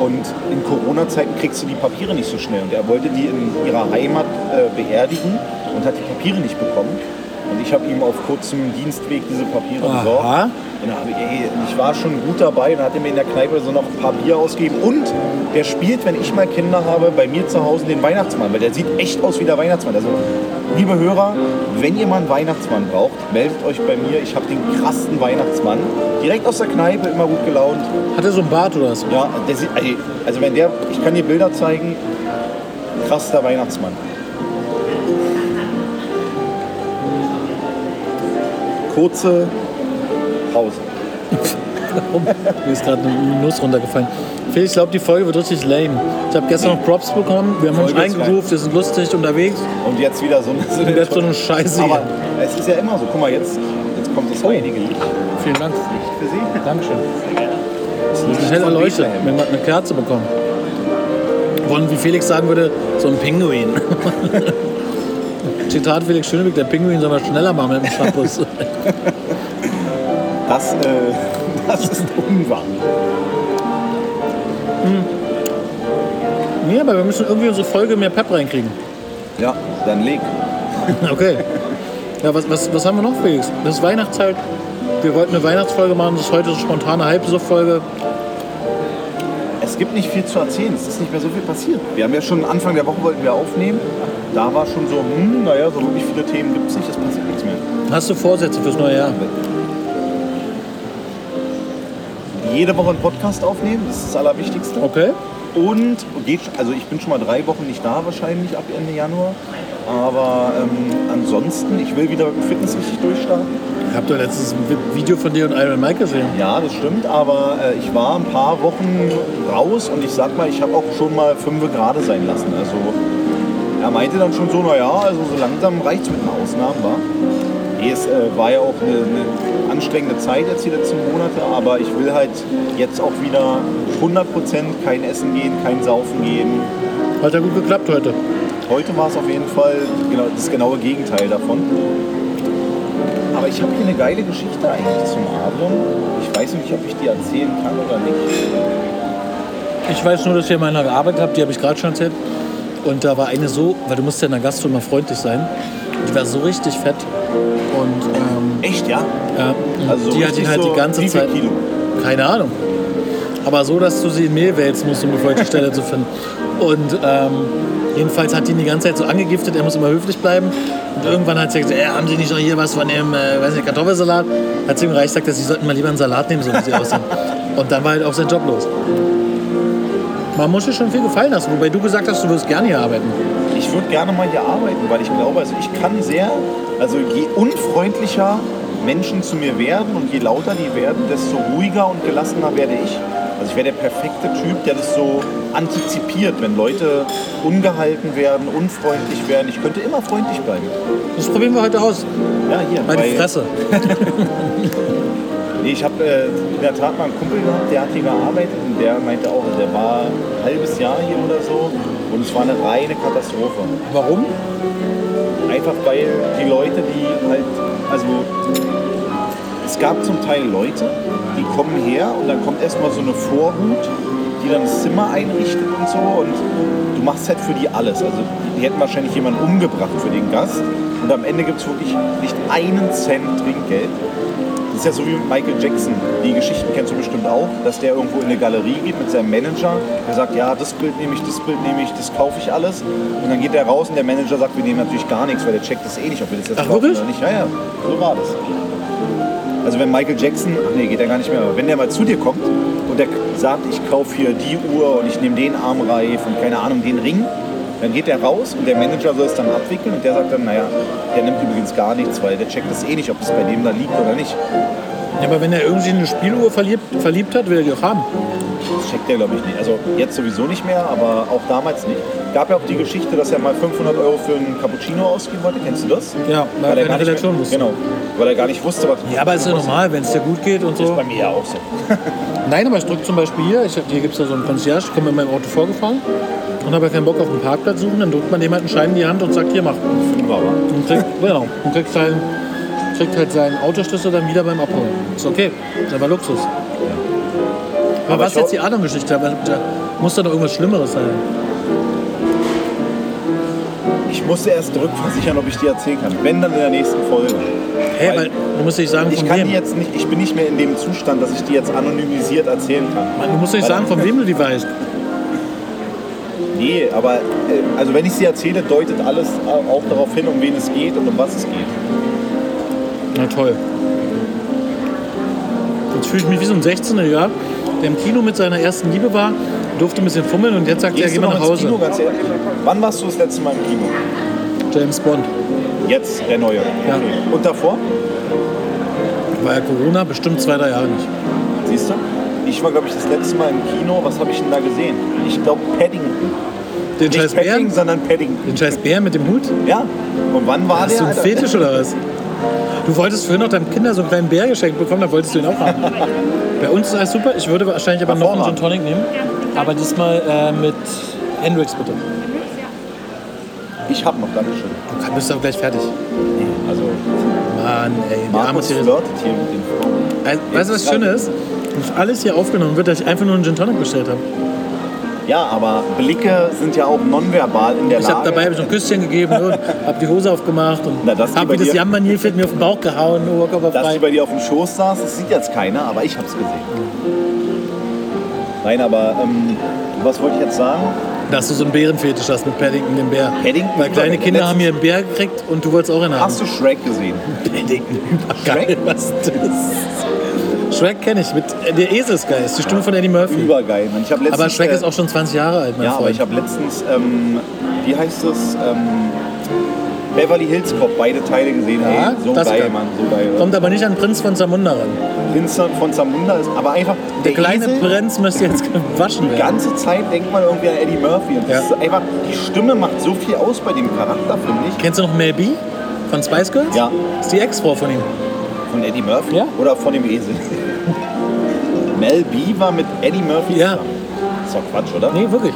Speaker 2: Und in Corona-Zeiten kriegst du die Papiere nicht so schnell. Und er wollte die in ihrer Heimat äh, beerdigen und hat die Papiere nicht bekommen. Und ich habe ihm auf kurzem Dienstweg diese Papiere
Speaker 1: Aha.
Speaker 2: besorgt. Und da Genau, hab ich, ey, ich war schon gut dabei und hatte mir in der Kneipe so noch ein paar Bier ausgegeben. Und der spielt, wenn ich mal Kinder habe, bei mir zu Hause den Weihnachtsmann, weil der sieht echt aus wie der Weihnachtsmann. Also, liebe Hörer, wenn ihr mal einen Weihnachtsmann braucht, meldet euch bei mir. Ich habe den krassen Weihnachtsmann. Direkt aus der Kneipe, immer gut gelaunt.
Speaker 1: Hat er so einen Bart oder so?
Speaker 2: Ja, der sieht, ey, also wenn der, ich kann dir Bilder zeigen, krass der Weihnachtsmann. kurze Pause.
Speaker 1: Mir ist gerade eine Nuss runtergefallen. Phil, ich glaube, die Folge wird richtig lame. Ich habe gestern noch Props bekommen. Wir haben uns
Speaker 2: Folge ist
Speaker 1: eingerufen, wir sind lustig unterwegs.
Speaker 2: Und jetzt wieder so eine, so
Speaker 1: Und jetzt so eine Scheiße
Speaker 2: Aber
Speaker 1: hier. Oh.
Speaker 2: es ist ja immer so. Guck mal, jetzt, jetzt kommt das heilige Licht
Speaker 1: Vielen Dank.
Speaker 2: für Sie.
Speaker 1: Dankeschön.
Speaker 2: Das ist
Speaker 1: Ich
Speaker 2: Licht
Speaker 1: hätte
Speaker 2: von
Speaker 1: erleuchtet,
Speaker 2: Bethlehem.
Speaker 1: wenn man eine Kerze bekommen. Von, wie Felix sagen würde, so ein Pinguin. Zitat Felix Schönebeck, der Pinguin soll man schneller machen mit dem Schampus.
Speaker 2: Das, äh, das ist unwahr.
Speaker 1: nee, aber wir müssen irgendwie unsere Folge mehr Pep reinkriegen.
Speaker 2: Ja, dann leg.
Speaker 1: Okay. Ja, was, was, was haben wir noch, Felix? Das ist Weihnachtszeit. Wir wollten eine Weihnachtsfolge machen, das ist heute so spontane Halbsuff-Folge.
Speaker 2: Es gibt nicht viel zu erzählen. Es ist nicht mehr so viel passiert. Wir haben ja schon Anfang der Woche wollten wir aufnehmen. Da war schon so, hm, naja, so wirklich viele Themen gibt es nicht. Es passiert nichts mehr.
Speaker 1: Hast du Vorsätze fürs neue Jahr?
Speaker 2: Jede Woche einen Podcast aufnehmen, das ist das Allerwichtigste.
Speaker 1: Okay.
Speaker 2: Und geht, also ich bin schon mal drei Wochen nicht da wahrscheinlich ab Ende Januar. Aber ähm, ansonsten, ich will wieder mit dem Fitness richtig durchstarten.
Speaker 1: Ich habe doch letztens ein Vi- Video von dir und Iron Mike gesehen.
Speaker 2: Ja, das stimmt, aber äh, ich war ein paar Wochen raus und ich sag mal, ich habe auch schon mal fünf gerade sein lassen. Also er meinte dann schon so, naja, also so langsam reicht's mit den Ausnahmen, war. Nee, es äh, war ja auch eine, eine anstrengende Zeit jetzt die letzten Monate, aber ich will halt jetzt auch wieder 100% kein Essen gehen, kein Saufen gehen.
Speaker 1: Hat ja gut geklappt heute.
Speaker 2: Heute war es auf jeden Fall genau, das genaue Gegenteil davon. Aber ich habe hier eine geile Geschichte eigentlich zum Adlon. Ich weiß nicht, ob ich die erzählen kann oder nicht.
Speaker 1: Ich weiß nur, dass ihr meine gearbeitet habt, die habe ich gerade schon erzählt. Und da war eine so, weil du musst ja in der Gastro immer freundlich sein. Die war so richtig fett. Und ähm,
Speaker 2: Echt, ja?
Speaker 1: ja,
Speaker 2: Also so
Speaker 1: die hat ihn
Speaker 2: richtig
Speaker 1: halt
Speaker 2: so
Speaker 1: die ganze
Speaker 2: wie viel
Speaker 1: Zeit.
Speaker 2: Kilo?
Speaker 1: Keine Ahnung. Aber so, dass du sie in Mehl wälzen musst, um die falsche Stelle zu finden. Und ähm, jedenfalls hat die ihn die ganze Zeit so angegiftet, er muss immer höflich bleiben. Und irgendwann hat sie gesagt, äh, haben Sie nicht noch hier was von dem äh, weiß nicht, Kartoffelsalat? Hat sie ihm reich gesagt, dass sie sollten mal lieber einen Salat nehmen, so wie sie aussehen. Und dann war halt auch sein Job los. Man muss dir schon viel gefallen lassen, wobei du gesagt hast, du wirst gerne hier arbeiten.
Speaker 2: Ich würde gerne mal hier arbeiten, weil ich glaube, also ich kann sehr, also je unfreundlicher Menschen zu mir werden und je lauter die werden, desto ruhiger und gelassener werde ich. Also ich wäre der perfekte Typ, der das so antizipiert, wenn Leute ungehalten werden, unfreundlich werden. Ich könnte immer freundlich bleiben.
Speaker 1: Das probieren wir heute aus.
Speaker 2: Ja, hier.
Speaker 1: Bei
Speaker 2: bei-
Speaker 1: die Fresse.
Speaker 2: Nee, ich habe äh, in der Tat mal einen Kumpel gehabt, der hat hier gearbeitet und der meinte auch, der war ein halbes Jahr hier oder so und es war eine reine Katastrophe.
Speaker 1: Warum?
Speaker 2: Einfach weil die Leute, die halt, also es gab zum Teil Leute, die kommen her und dann kommt erstmal so eine Vorhut, die dann das Zimmer einrichtet und so und du machst halt für die alles. Also die hätten wahrscheinlich jemanden umgebracht für den Gast und am Ende gibt es wirklich nicht einen Cent Trinkgeld. Das ist ja so wie mit Michael Jackson. Die Geschichten kennst du bestimmt auch, dass der irgendwo in eine Galerie geht mit seinem Manager. Der sagt, ja, das Bild nehme ich, das Bild nehme ich, das kaufe ich alles. Und dann geht der raus und der Manager sagt, wir nehmen natürlich gar nichts, weil der checkt das eh nicht, ob wir das jetzt
Speaker 1: Ach,
Speaker 2: kaufen
Speaker 1: wirklich?
Speaker 2: oder nicht. Ja, ja, so war das. Also wenn Michael Jackson, ach nee, geht er gar nicht mehr, aber wenn der mal zu dir kommt und der sagt, ich kaufe hier die Uhr und ich nehme den Armreif und keine Ahnung, den Ring, dann geht der raus und der Manager soll es dann abwickeln und der sagt dann, naja, der nimmt übrigens gar nichts, weil der checkt das eh nicht, ob es bei dem da liegt oder nicht.
Speaker 1: Ja, aber wenn er irgendwie eine Spieluhr verliebt, verliebt hat, will er die auch haben.
Speaker 2: Das checkt der, glaube ich, nicht. Also jetzt sowieso nicht mehr, aber auch damals nicht. Gab ja auch die Geschichte, dass er mal 500 Euro für einen Cappuccino ausgeben wollte. Kennst du das?
Speaker 1: Ja, weil er keine
Speaker 2: nicht
Speaker 1: Relation
Speaker 2: mehr,
Speaker 1: wusste.
Speaker 2: Genau, weil er gar nicht wusste, was...
Speaker 1: Ja, aber ist ja normal, wenn es dir gut geht und so.
Speaker 2: Ist bei mir ja auch so.
Speaker 1: Nein, aber ich drücke zum Beispiel hier, ich, hier gibt es ja so einen Concierge, ich komme mit meinem Auto vorgefahren und habe ja keinen Bock auf einen Parkplatz suchen, dann drückt man dem halt einen Schein in die Hand und sagt, hier, mach.
Speaker 2: Wunderbar.
Speaker 1: Und kriegt, genau, und kriegt, seinen, kriegt halt seinen Autoschlüssel dann wieder beim Abholen. Ist okay, ist aber Luxus. Aber,
Speaker 2: Aber
Speaker 1: was
Speaker 2: schau-
Speaker 1: jetzt die Adam-Geschichte? Aber Da muss da doch irgendwas Schlimmeres sein.
Speaker 2: Ich musste erst rückversichern, ob ich die erzählen kann. Wenn, dann in der nächsten Folge.
Speaker 1: Hey, weil, du musst nicht sagen,
Speaker 2: Ich
Speaker 1: von
Speaker 2: kann
Speaker 1: wem.
Speaker 2: die jetzt nicht, ich bin nicht mehr in dem Zustand, dass ich die jetzt anonymisiert erzählen kann.
Speaker 1: Du musst nicht
Speaker 2: Weil-
Speaker 1: sagen, von wem du die weißt.
Speaker 2: Nee, aber äh, also wenn ich sie erzähle, deutet alles auch darauf hin, um wen es geht und um was es geht.
Speaker 1: Na toll. Jetzt fühle ich mich wie so ein 16-Jähriger, der im Kino mit seiner ersten Liebe war, durfte ein bisschen fummeln und jetzt sagt er,
Speaker 2: Gehst
Speaker 1: geh
Speaker 2: du
Speaker 1: mal nach
Speaker 2: noch ins
Speaker 1: Hause.
Speaker 2: Kino, ganz ehrlich? Wann warst du das letzte Mal im Kino?
Speaker 1: James Bond.
Speaker 2: Jetzt, der neue. Okay. Und davor?
Speaker 1: War ja Corona bestimmt zwei, drei Jahre nicht.
Speaker 2: Siehst du? Ich war, glaube ich, das letzte Mal im Kino. Was habe ich denn da gesehen? Ich glaube Paddington.
Speaker 1: Den
Speaker 2: Nicht
Speaker 1: scheiß
Speaker 2: Paddington,
Speaker 1: Bären?
Speaker 2: sondern Paddington.
Speaker 1: Den scheiß Bären mit dem Hut?
Speaker 2: Ja. Und wann war
Speaker 1: Hast
Speaker 2: der?
Speaker 1: du einen
Speaker 2: Alter?
Speaker 1: Fetisch oder was? Du wolltest vorhin noch deinem Kinder so einen kleinen Bär geschenkt bekommen, da wolltest du ihn auch haben. Bei uns ist alles super. Ich würde wahrscheinlich aber noch einen Gin
Speaker 2: Hervorragend.
Speaker 1: Tonic nehmen. Aber diesmal äh, mit Hendrix bitte.
Speaker 2: Ich habe noch, Dankeschön.
Speaker 1: Du bist doch gleich fertig.
Speaker 2: Also,
Speaker 1: Mann, ey. die arme
Speaker 2: Markus
Speaker 1: Therese.
Speaker 2: flirtet hier mit den Frauen.
Speaker 1: Also, weißt du, was
Speaker 2: Jetzt
Speaker 1: schön
Speaker 2: gerade.
Speaker 1: ist? Dass alles hier aufgenommen wird, dass ich einfach nur einen Gin Tonic bestellt habe.
Speaker 2: Ja, aber Blicke sind ja auch nonverbal in der
Speaker 1: Ich
Speaker 2: Lage.
Speaker 1: habe dabei hab ich noch ein Küsschen gegeben ne, und habe die Hose aufgemacht und
Speaker 2: Na, das die
Speaker 1: habe
Speaker 2: bei
Speaker 1: das
Speaker 2: dir-
Speaker 1: Jammern hier mir auf den Bauch gehauen, nur
Speaker 2: Dass
Speaker 1: oberkörperfrei.
Speaker 2: die bei dir auf dem Schoß saß, das sieht jetzt keiner, aber ich hab's gesehen. Nein, aber ähm, was wollte ich jetzt sagen?
Speaker 1: Dass du so einen Bärenfetisch hast mit Paddington, dem Bär.
Speaker 2: Paddington?
Speaker 1: Weil kleine
Speaker 2: Letztens-
Speaker 1: Kinder haben hier einen Bär gekriegt und du wolltest auch einen haben.
Speaker 2: Hast du Shrek gesehen?
Speaker 1: Paddington.
Speaker 2: Shrek?
Speaker 1: Geil, was ist das? Shrek kenne ich, mit äh, der Eselsgeist, die Stimme von Eddie Murphy.
Speaker 2: Übergeil. Mann. Ich hab letztens,
Speaker 1: Aber Shrek
Speaker 2: äh,
Speaker 1: ist auch schon 20 Jahre alt, mein
Speaker 2: Ja, aber
Speaker 1: Freund.
Speaker 2: ich habe letztens, ähm, wie heißt es, ähm, Beverly Hills Cop, beide Teile gesehen.
Speaker 1: Ja,
Speaker 2: Ey, so
Speaker 1: das
Speaker 2: geil,
Speaker 1: kann-
Speaker 2: Mann, so geil.
Speaker 1: Kommt aber nicht an Prinz von Zamunda ran.
Speaker 2: Pinsel von Zamunda ist, aber einfach
Speaker 1: Der kleine
Speaker 2: Esel,
Speaker 1: Prinz müsste jetzt gewaschen
Speaker 2: die
Speaker 1: werden.
Speaker 2: ganze Zeit denkt man irgendwie an Eddie Murphy. Und das
Speaker 1: Ja.
Speaker 2: ist einfach, die Stimme macht so viel aus bei dem Charakter, finde ich.
Speaker 1: Kennst du noch Mel B von Spice Girls?
Speaker 2: Ja.
Speaker 1: Ist die Ex-Frau von ihm.
Speaker 2: Von Eddie Murphy?
Speaker 1: Ja.
Speaker 2: Oder von dem Esel? Mel B war mit Eddie Murphy
Speaker 1: Ja.
Speaker 2: zusammen. Ist doch Quatsch, oder?
Speaker 1: Nee, wirklich.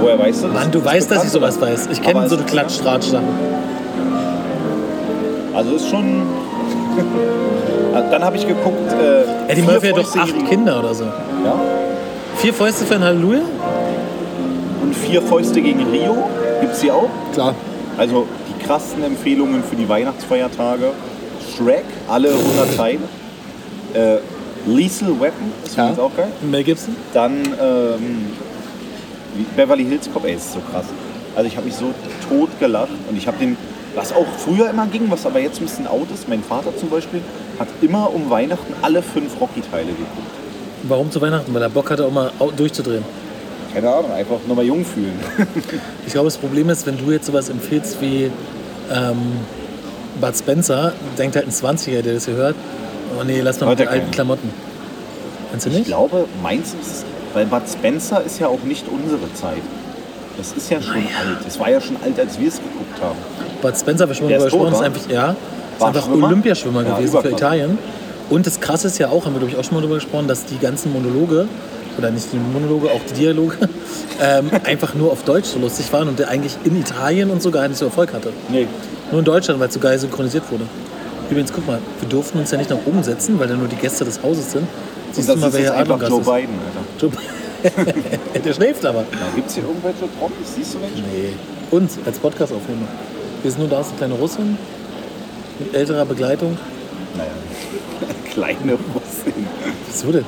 Speaker 2: Woher weißt du das?
Speaker 1: Mann, du
Speaker 2: Ist
Speaker 1: weißt, dass ich
Speaker 2: bekannt,
Speaker 1: sowas
Speaker 2: oder?
Speaker 1: weiß. Ich
Speaker 2: Aber
Speaker 1: kenne so
Speaker 2: es-
Speaker 1: eine Klatsch-Tratsch-Sachen.
Speaker 2: Also ist schon... Dann habe ich geguckt... Äh,
Speaker 1: Eddie
Speaker 2: vier
Speaker 1: Murphy hat doch acht
Speaker 2: fäustige-
Speaker 1: Kinder oder so.
Speaker 2: Ja?
Speaker 1: Vier Fäuste für ein Halleluja?
Speaker 2: Und vier Fäuste gegen Rio gibt es hier auch.
Speaker 1: Klar.
Speaker 2: Also die krassen Empfehlungen für die Weihnachtsfeiertage. Shrek, alle 100 Teile. Äh, Lethal Weapon, das finde ich
Speaker 1: Ja.
Speaker 2: auch geil.
Speaker 1: Mel Gibson?
Speaker 2: Dann ähm, wie- Beverly Hills Cop, ey, ist so krass. Also ich habe mich so tot gelacht und ich habe den, was auch früher immer ging, was aber jetzt ein bisschen out ist, mein Vater zum Beispiel, hat immer um Weihnachten alle fünf Rocky-Teile geguckt.
Speaker 1: Warum zu Weihnachten? Weil er Bock hatte, auch mal au- durchzudrehen.
Speaker 2: Keine Ahnung, einfach nochmal jung fühlen.
Speaker 1: Ich glaube, das Problem ist, wenn du jetzt sowas empfiehlst wie ähm, Bud Spencer, denkt halt ein 20er, der das hier hört. Oh nee, lass mal
Speaker 2: Hört
Speaker 1: mit den
Speaker 2: er
Speaker 1: alten
Speaker 2: keinen.
Speaker 1: Klamotten. Kennst du
Speaker 2: Ich
Speaker 1: nicht?
Speaker 2: glaube, meins ist, weil Bud Spencer ist ja auch nicht unsere Zeit. Das ist ja schon alt. Das war ja schon alt, als wir es geguckt haben.
Speaker 1: Bud Spencer, haben wir schon mal
Speaker 2: Der ist
Speaker 1: drüber gesprochen,
Speaker 2: tot,
Speaker 1: ist
Speaker 2: wa?
Speaker 1: einfach, ja, ist
Speaker 2: War
Speaker 1: einfach
Speaker 2: Schwimmer?
Speaker 1: Olympiaschwimmer
Speaker 2: Ja,
Speaker 1: gewesen für
Speaker 2: überkrass.
Speaker 1: Italien. Und das Krasse ist ja auch, haben wir glaube ich auch schon mal drüber gesprochen, dass die ganzen Monologe, oder nicht die Monologe, auch die Dialoge, ähm, einfach nur auf Deutsch so lustig waren und der eigentlich in Italien und so gar nicht so Erfolg hatte.
Speaker 2: Nee.
Speaker 1: Nur in Deutschland, weil es so geil synchronisiert wurde. Übrigens, guck mal, wir durften uns ja nicht nach oben setzen, weil da nur die Gäste des Hauses sind.
Speaker 2: Und
Speaker 1: Siehst
Speaker 2: das
Speaker 1: du mal,
Speaker 2: ist
Speaker 1: wer
Speaker 2: jetzt
Speaker 1: hier
Speaker 2: einfach
Speaker 1: Ahnung
Speaker 2: Joe
Speaker 1: ist.
Speaker 2: Biden, Alter.
Speaker 1: Joe Biden. Der schläft aber.
Speaker 2: Gibt es hier irgendwelche Promis? Siehst du welche?
Speaker 1: Nee. Uns als Podcast-Aufnehmer. Wir sind nur da, ist eine kleine Russin mit älterer Begleitung.
Speaker 2: Naja. Kleine Russin.
Speaker 1: Was du denn?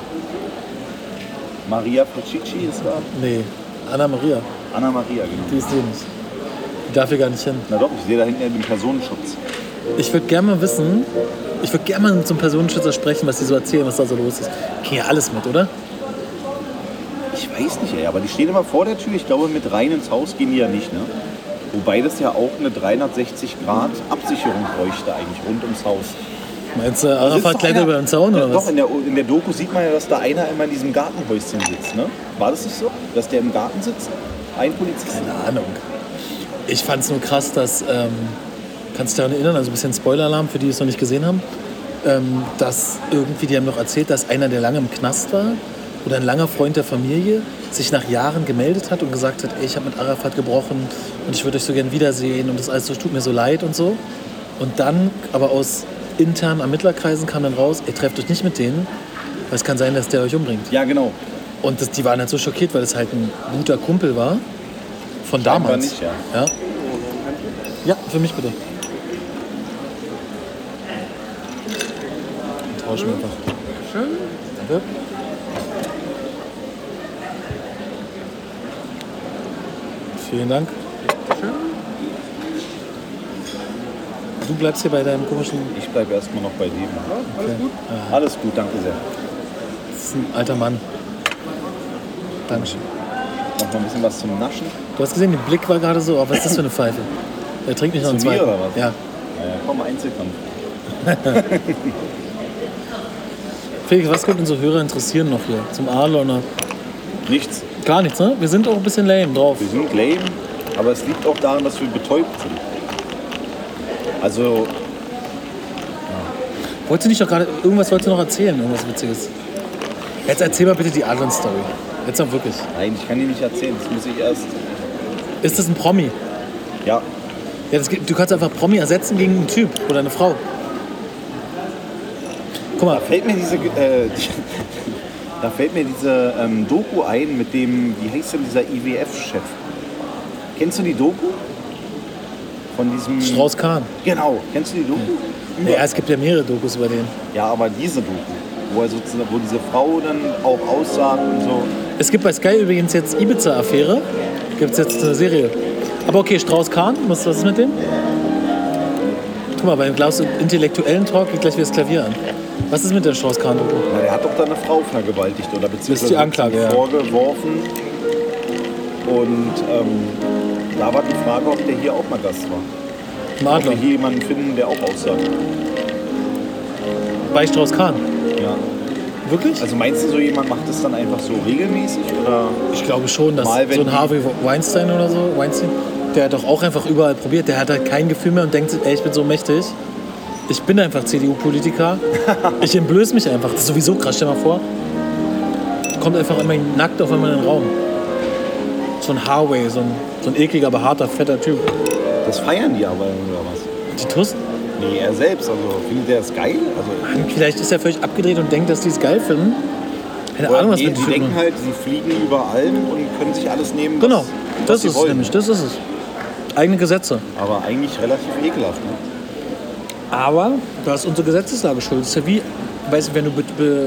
Speaker 2: Maria Puccici ist da.
Speaker 1: Nee, Anna-Maria,
Speaker 2: Anna Maria, genau.
Speaker 1: die ist hier nicht. Die darf hier gar nicht hin.
Speaker 2: Na doch, ich sehe da hinten ja den Personenschutz.
Speaker 1: Ich würde gerne mal wissen, ich würde gerne mal zum Personenschützer sprechen, was die so erzählen, was da so los ist. Ging ja alles mit, oder?
Speaker 2: Ich weiß nicht, ey, aber die stehen immer vor der Tür. Ich glaube, mit rein ins Haus gehen die ja nicht, ne? Wobei das ja auch eine 360-Grad-Absicherung bräuchte eigentlich rund ums Haus.
Speaker 1: Meinst du,
Speaker 2: Da sitzt
Speaker 1: Arafat
Speaker 2: doch
Speaker 1: klettert
Speaker 2: einer-
Speaker 1: Ah, über den Zaun
Speaker 2: Ja,
Speaker 1: oder was?
Speaker 2: Doch, in der, in der Doku sieht man ja, dass da einer immer in diesem Gartenhäuschen sitzt. Ne? War das nicht so? Dass der im Garten sitzt? Ein Polizist?
Speaker 1: Keine Ahnung. Ich fand es nur krass, dass, ähm, kannst du dich daran erinnern, also ein bisschen Spoiler-Alarm für die, die es noch nicht gesehen haben, ähm, dass irgendwie, die haben noch erzählt, dass einer, der lange im Knast war oder ein langer Freund der Familie, sich nach Jahren gemeldet hat und gesagt hat, ey, ich habe mit Arafat gebrochen und ich würde euch so gern wiedersehen und das alles so, tut mir so leid und so. Und dann, aber aus internen Ermittlerkreisen kam dann raus, ihr trefft euch nicht mit denen, weil es kann sein, dass der euch umbringt.
Speaker 2: Ja, genau.
Speaker 1: Und das, die waren halt so schockiert, weil das halt ein guter Kumpel war. Von damals.
Speaker 2: nicht, ja.
Speaker 1: ja. Ja, für mich bitte. Dann Tauschen wir einfach. Schön. Danke. Vielen Dank. Schön. Du bleibst hier bei deinem komischen.
Speaker 2: Ich bleibe erstmal noch bei dem. alles gut? Alles gut, danke sehr.
Speaker 1: Das ist ein alter Mann. Dankeschön.
Speaker 2: Noch mal ein bisschen was zum Naschen.
Speaker 1: Du hast gesehen, der Blick war gerade so, oh, was ist das für eine Pfeife? Er trinkt nicht noch einen
Speaker 2: Zu mir
Speaker 1: zweiten.
Speaker 2: oder was?
Speaker 1: Ja.
Speaker 2: Naja, komm, Einzelkampf.
Speaker 1: Felix, was könnte unsere Hörer interessieren noch hier? Zum Adler?
Speaker 2: Nichts.
Speaker 1: Gar nichts, ne? Wir sind auch ein bisschen lame drauf.
Speaker 2: Wir sind lame, aber es liegt auch daran, dass wir betäubt sind. Also,
Speaker 1: Wolltest du nicht doch gerade. Irgendwas wolltest du noch erzählen, irgendwas Witziges. Jetzt erzähl mal bitte die Adlon-Story. Jetzt mal wirklich.
Speaker 2: nein, ich kann dir nicht erzählen. Das muss ich erst.
Speaker 1: Ist das ein Promi?
Speaker 2: Ja,
Speaker 1: Ja, das, gibt- du kannst einfach Promi ersetzen gegen einen Typ oder eine Frau. Guck mal,
Speaker 2: Da fällt mir diese, äh, die, da fällt mir diese ähm, Doku ein mit dem, wie heißt denn dieser IWF-Chef? Kennst du die Doku? Von diesem.
Speaker 1: Strauß Kahn.
Speaker 2: Genau, kennst du die Doku?
Speaker 1: Ja, es gibt ja mehrere Dokus über den.
Speaker 2: Ja, aber diese Doku, wo, er sozusagen, wo diese Frau dann auch aussagt und so.
Speaker 1: Es gibt bei Sky übrigens jetzt Ibiza-Affäre. Gibt es jetzt eine Serie. Aber okay, Strauß Kahn, was, was ist mit dem? Guck mal, beim Klaus intellektuellen Talk geht gleich wieder das Klavier an. Was ist mit der Strauß Kahn?
Speaker 2: Na, der hat doch da eine Frau vergewaltigt oder beziehungsweise
Speaker 1: die Anklage,
Speaker 2: ihm
Speaker 1: ja.
Speaker 2: vorgeworfen. Und ähm, da war die Frage, ob der hier auch mal Gast war.
Speaker 1: Im
Speaker 2: Ob wir
Speaker 1: Adler.
Speaker 2: hier jemanden finden, der auch aussagt.
Speaker 1: Bei Strauß Kahn.
Speaker 2: Ja.
Speaker 1: Wirklich?
Speaker 2: Also meinst du, so jemand macht das dann einfach so regelmäßig oder?
Speaker 1: Ich glaube schon, dass
Speaker 2: Mal, wenn
Speaker 1: so ein
Speaker 2: die-
Speaker 1: Harvey Weinstein oder so, Weinstein, der hat doch auch einfach überall probiert. Der hat halt kein Gefühl mehr und denkt sich, ey, ich bin so mächtig. Ich bin einfach CDU-Politiker. Ich entblöße mich einfach. Das ist sowieso krass, stell mal vor. Kommt einfach immer nackt auf einmal in den Raum. So ein Harvey, so ein, so ein ekliger, behaarter, fetter Typ.
Speaker 2: Das feiern die aber oder was?
Speaker 1: Die Tuss,
Speaker 2: Nee, er selbst. Also findet er das geil? Also
Speaker 1: vielleicht ist er völlig abgedreht und denkt, dass die es geil finden. Keine Ahnung, was
Speaker 2: nee,
Speaker 1: mit
Speaker 2: die
Speaker 1: dem
Speaker 2: denken
Speaker 1: Typen.
Speaker 2: halt, sie fliegen über allem und können sich alles nehmen. Was,
Speaker 1: Genau,
Speaker 2: was
Speaker 1: das
Speaker 2: sie
Speaker 1: ist es
Speaker 2: wollen.
Speaker 1: nämlich, das ist es. Eigene Gesetze.
Speaker 2: Aber eigentlich relativ ekelhaft. Ne?
Speaker 1: Aber da ist unsere Gesetzeslage schuld. Das ist ja wie, weißt du, wenn du be, be,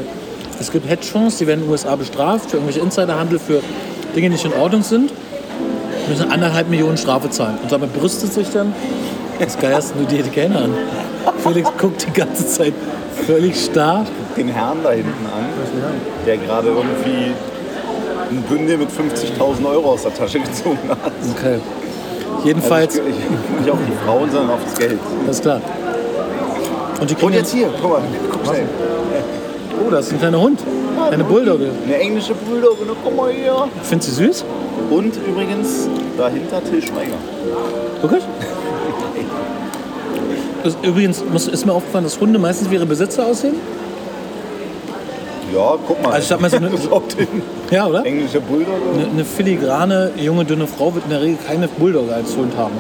Speaker 1: es gibt Hedgefonds, die werden in den USA bestraft für irgendwelche Insiderhandel, für Dinge, die nicht in Ordnung sind, Die müssen anderthalb Millionen Strafe zahlen. Und damit brüstet sich dann, das geierst nur die Kellner an. Felix guckt die ganze Zeit völlig starr.
Speaker 2: Den Herrn da hinten an, der gerade irgendwie ein Bündel mit 50.000 Euro aus der Tasche gezogen hat.
Speaker 1: Okay.
Speaker 2: Also
Speaker 1: Jedenfalls,
Speaker 2: ich, ich, nicht auf die Frauen, sondern auf das Geld.
Speaker 1: das ist klar. Und die kriegen
Speaker 2: Und jetzt hier, guck mal, guck mal.
Speaker 1: oh, das ist ein kleiner Hund. Eine Bulldogge.
Speaker 2: Eine englische Bulldogge, ne? guck mal hier.
Speaker 1: Findest du sie süß?
Speaker 2: Und übrigens dahinter Till Schweiger.
Speaker 1: Wirklich? Das, übrigens muss, ist mir aufgefallen, dass Hunde meistens wie ihre Besitzer aussehen.
Speaker 2: Ja, guck mal.
Speaker 1: Also ich sag mal so eine-
Speaker 2: auf den
Speaker 1: Ja, oder? Eine,
Speaker 2: englische Bulldogge.
Speaker 1: eine filigrane, junge, dünne Frau wird in der Regel keine Bulldogge als Hund haben.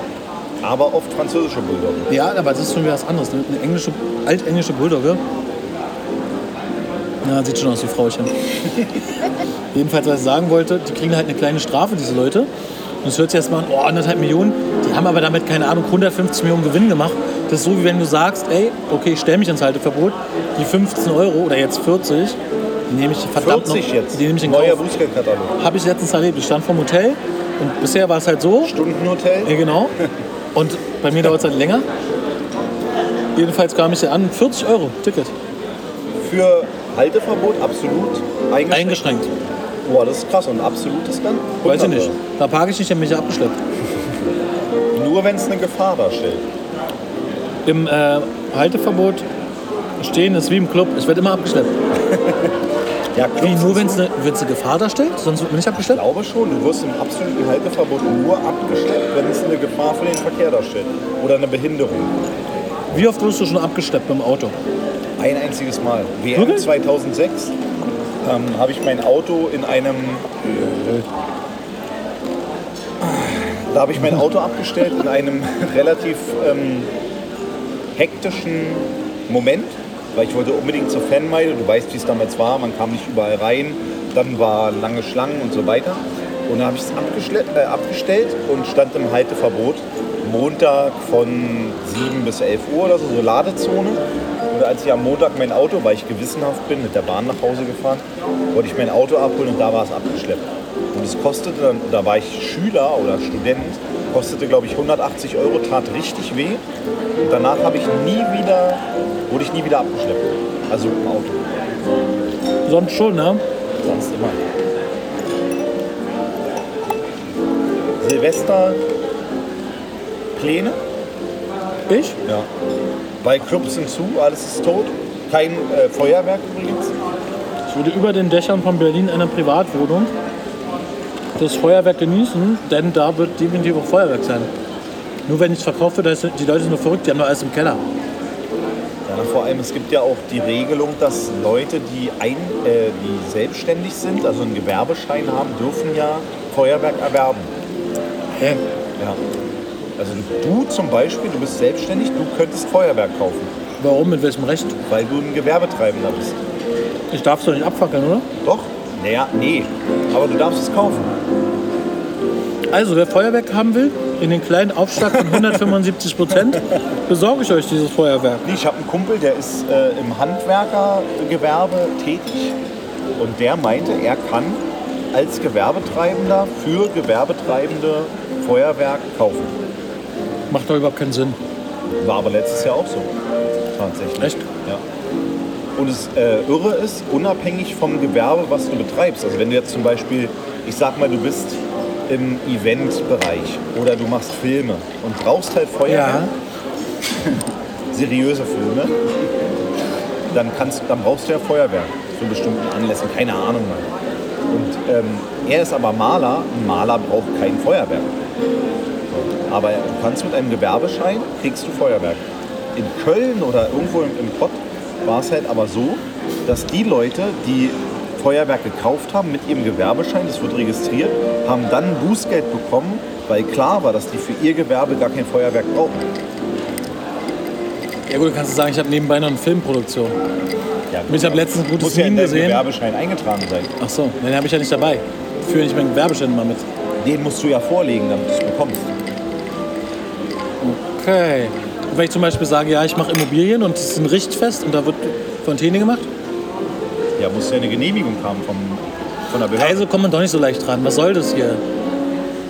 Speaker 2: Aber oft französische Bulldogge.
Speaker 1: Ja, aber das ist schon wieder was anderes. ne? Eine, eine englische, altenglische Bulldogge. Na, sieht schon aus wie Frauchen. Jedenfalls, was ich sagen wollte, die kriegen halt eine kleine Strafe, diese Leute. Und es hört sich erstmal an, oh, anderthalb Millionen. Die haben aber damit, keine Ahnung, 150 Millionen Gewinn gemacht. Das ist so, wie wenn du sagst, ey, okay, ich stelle mich ins Halteverbot. Die 15 Euro oder jetzt 40, die nehme ich verdammt
Speaker 2: 40
Speaker 1: noch,
Speaker 2: jetzt.
Speaker 1: Die nehme ich in
Speaker 2: Neuer
Speaker 1: Kauf.
Speaker 2: Bußgeldkatalog.
Speaker 1: Habe ich letztens erlebt. Ich stand vorm Hotel und bisher war es halt so, ja,
Speaker 2: Stundenhotel.
Speaker 1: genau. Und bei mir dauert es halt länger. Jedenfalls kam ich hier an, 40 Euro Ticket.
Speaker 2: Für Halteverbot absolut eingeschränkt.
Speaker 1: Eingeschränkt.
Speaker 2: Boah, das ist krass. Und absolutes dann?
Speaker 1: Weiß ich nicht. Da parke ich nicht, dann bin ich abgeschleppt.
Speaker 2: Nur wenn es eine Gefahr darstellt.
Speaker 1: Im äh, Halteverbot stehen ist wie im Club. Ich werde immer abgeschleppt.
Speaker 2: Ja,
Speaker 1: Wie,
Speaker 2: Clubs
Speaker 1: nur
Speaker 2: ist
Speaker 1: wenn es eine, wenn's eine Gefahr darstellt? Sonst bin ich
Speaker 2: Ich
Speaker 1: abgeschleppt?
Speaker 2: glaube schon, du wirst im absoluten Halteverbot nur abgeschleppt, wenn es eine Gefahr für den Verkehr darstellt. Oder eine Behinderung.
Speaker 1: Wie oft wurdest du schon abgeschleppt mit dem Auto?
Speaker 2: Ein einziges Mal. WM
Speaker 1: Wirklich?
Speaker 2: 2006 ähm, habe ich mein Auto in einem. Da habe ich mein Auto abgestellt in einem relativ ähm, hektischen Moment, weil ich wollte unbedingt zur Fanmeile. Du weißt, wie es damals war. Man kam nicht überall rein. Dann waren lange Schlangen und so weiter. Und dann habe ich es abgeschle- äh, abgestellt und stand im Halteverbot. Montag von 7 bis 11 Uhr oder so, so Ladezone. Und als ich am Montag mein Auto, weil ich gewissenhaft bin, mit der Bahn nach Hause gefahren, wollte ich mein Auto abholen und da war es abgeschleppt. Und es kostete dann, da war ich Schüler oder Student, kostete glaube ich 180 Euro, tat richtig weh. Und danach habe ich nie wieder, wurde ich nie wieder abgeschleppt. Also im Auto,
Speaker 1: Sonst schon, ne?
Speaker 2: sonst immer. Silvester Pläne?
Speaker 1: Ich?
Speaker 2: Ja. Weil Clubs sind zu, alles ist tot. Kein äh, Feuerwerk übrigens.
Speaker 1: Ich würde über den Dächern von Berlin in einer Privatwohnung das Feuerwerk genießen, denn da wird definitiv auch Feuerwerk sein. Nur wenn ich es verkaufe, da ist, die Leute sind nur verrückt, die haben nur alles im Keller.
Speaker 2: Ja, vor allem, es gibt ja auch die Regelung, dass Leute, die, ein, äh, die selbstständig sind, also einen Gewerbeschein haben, dürfen ja Feuerwerk erwerben.
Speaker 1: Hä?
Speaker 2: Ja. Also du zum Beispiel, du bist selbstständig, du könntest Feuerwerk kaufen,
Speaker 1: Warum? Mit welchem Recht?
Speaker 2: weil du ein Gewerbetreibender bist.
Speaker 1: Ich darf es doch nicht abfackeln, oder?
Speaker 2: Doch? Naja, nee. Aber du darfst es kaufen.
Speaker 1: Also, wer Feuerwerk haben will, in den kleinen Aufschlag von 175 Prozent, besorge ich euch dieses Feuerwerk.
Speaker 2: Nee, ich habe einen Kumpel, der ist äh, im Handwerkergewerbe tätig und der meinte, er kann als Gewerbetreibender für Gewerbetreibende Feuerwerk kaufen.
Speaker 1: Macht doch überhaupt keinen Sinn.
Speaker 2: War aber letztes Jahr auch so. Tatsächlich.
Speaker 1: Echt?
Speaker 2: Ja. Und es äh, irre ist, unabhängig vom Gewerbe, was du betreibst. Also wenn du jetzt zum Beispiel, ich sag mal, du bist im Eventbereich oder du machst Filme und brauchst halt Feuerwerk,
Speaker 1: Ja.
Speaker 2: seriöse Filme, dann, kannst, dann brauchst du ja Feuerwerk für bestimmten Anlässen, keine Ahnung. Mann. Und ähm, er ist aber Maler, ein Maler braucht kein Feuerwerk. Aber du kannst mit einem Gewerbeschein, kriegst du Feuerwerk. In Köln oder irgendwo im, im Pott war es halt aber so, dass die Leute, die Feuerwerk gekauft haben mit ihrem Gewerbeschein, das wird registriert, haben dann Bußgeld bekommen, weil klar war, dass die für ihr Gewerbe gar kein Feuerwerk brauchen.
Speaker 1: Ja gut, du kannst sagen, ich habe nebenbei noch eine Filmproduktion.
Speaker 2: Ja,
Speaker 1: Ich hab letztens ein gutes
Speaker 2: Muss ja in
Speaker 1: Meme
Speaker 2: deinem
Speaker 1: gesehen.
Speaker 2: Gewerbeschein eingetragen sein.
Speaker 1: Ach so, den habe ich ja nicht dabei. Führe ich meinen Gewerbeschein mal mit.
Speaker 2: Den musst du ja vorlegen, damit du es bekommst.
Speaker 1: Okay. Und wenn ich zum Beispiel sage, ja, ich mache Immobilien und es ist ein Richtfest und da wird Fontäne gemacht,
Speaker 2: Ja, musst du ja eine Genehmigung haben vom, von der Behörde.
Speaker 1: also kommt man doch nicht so leicht ran. Was soll das hier?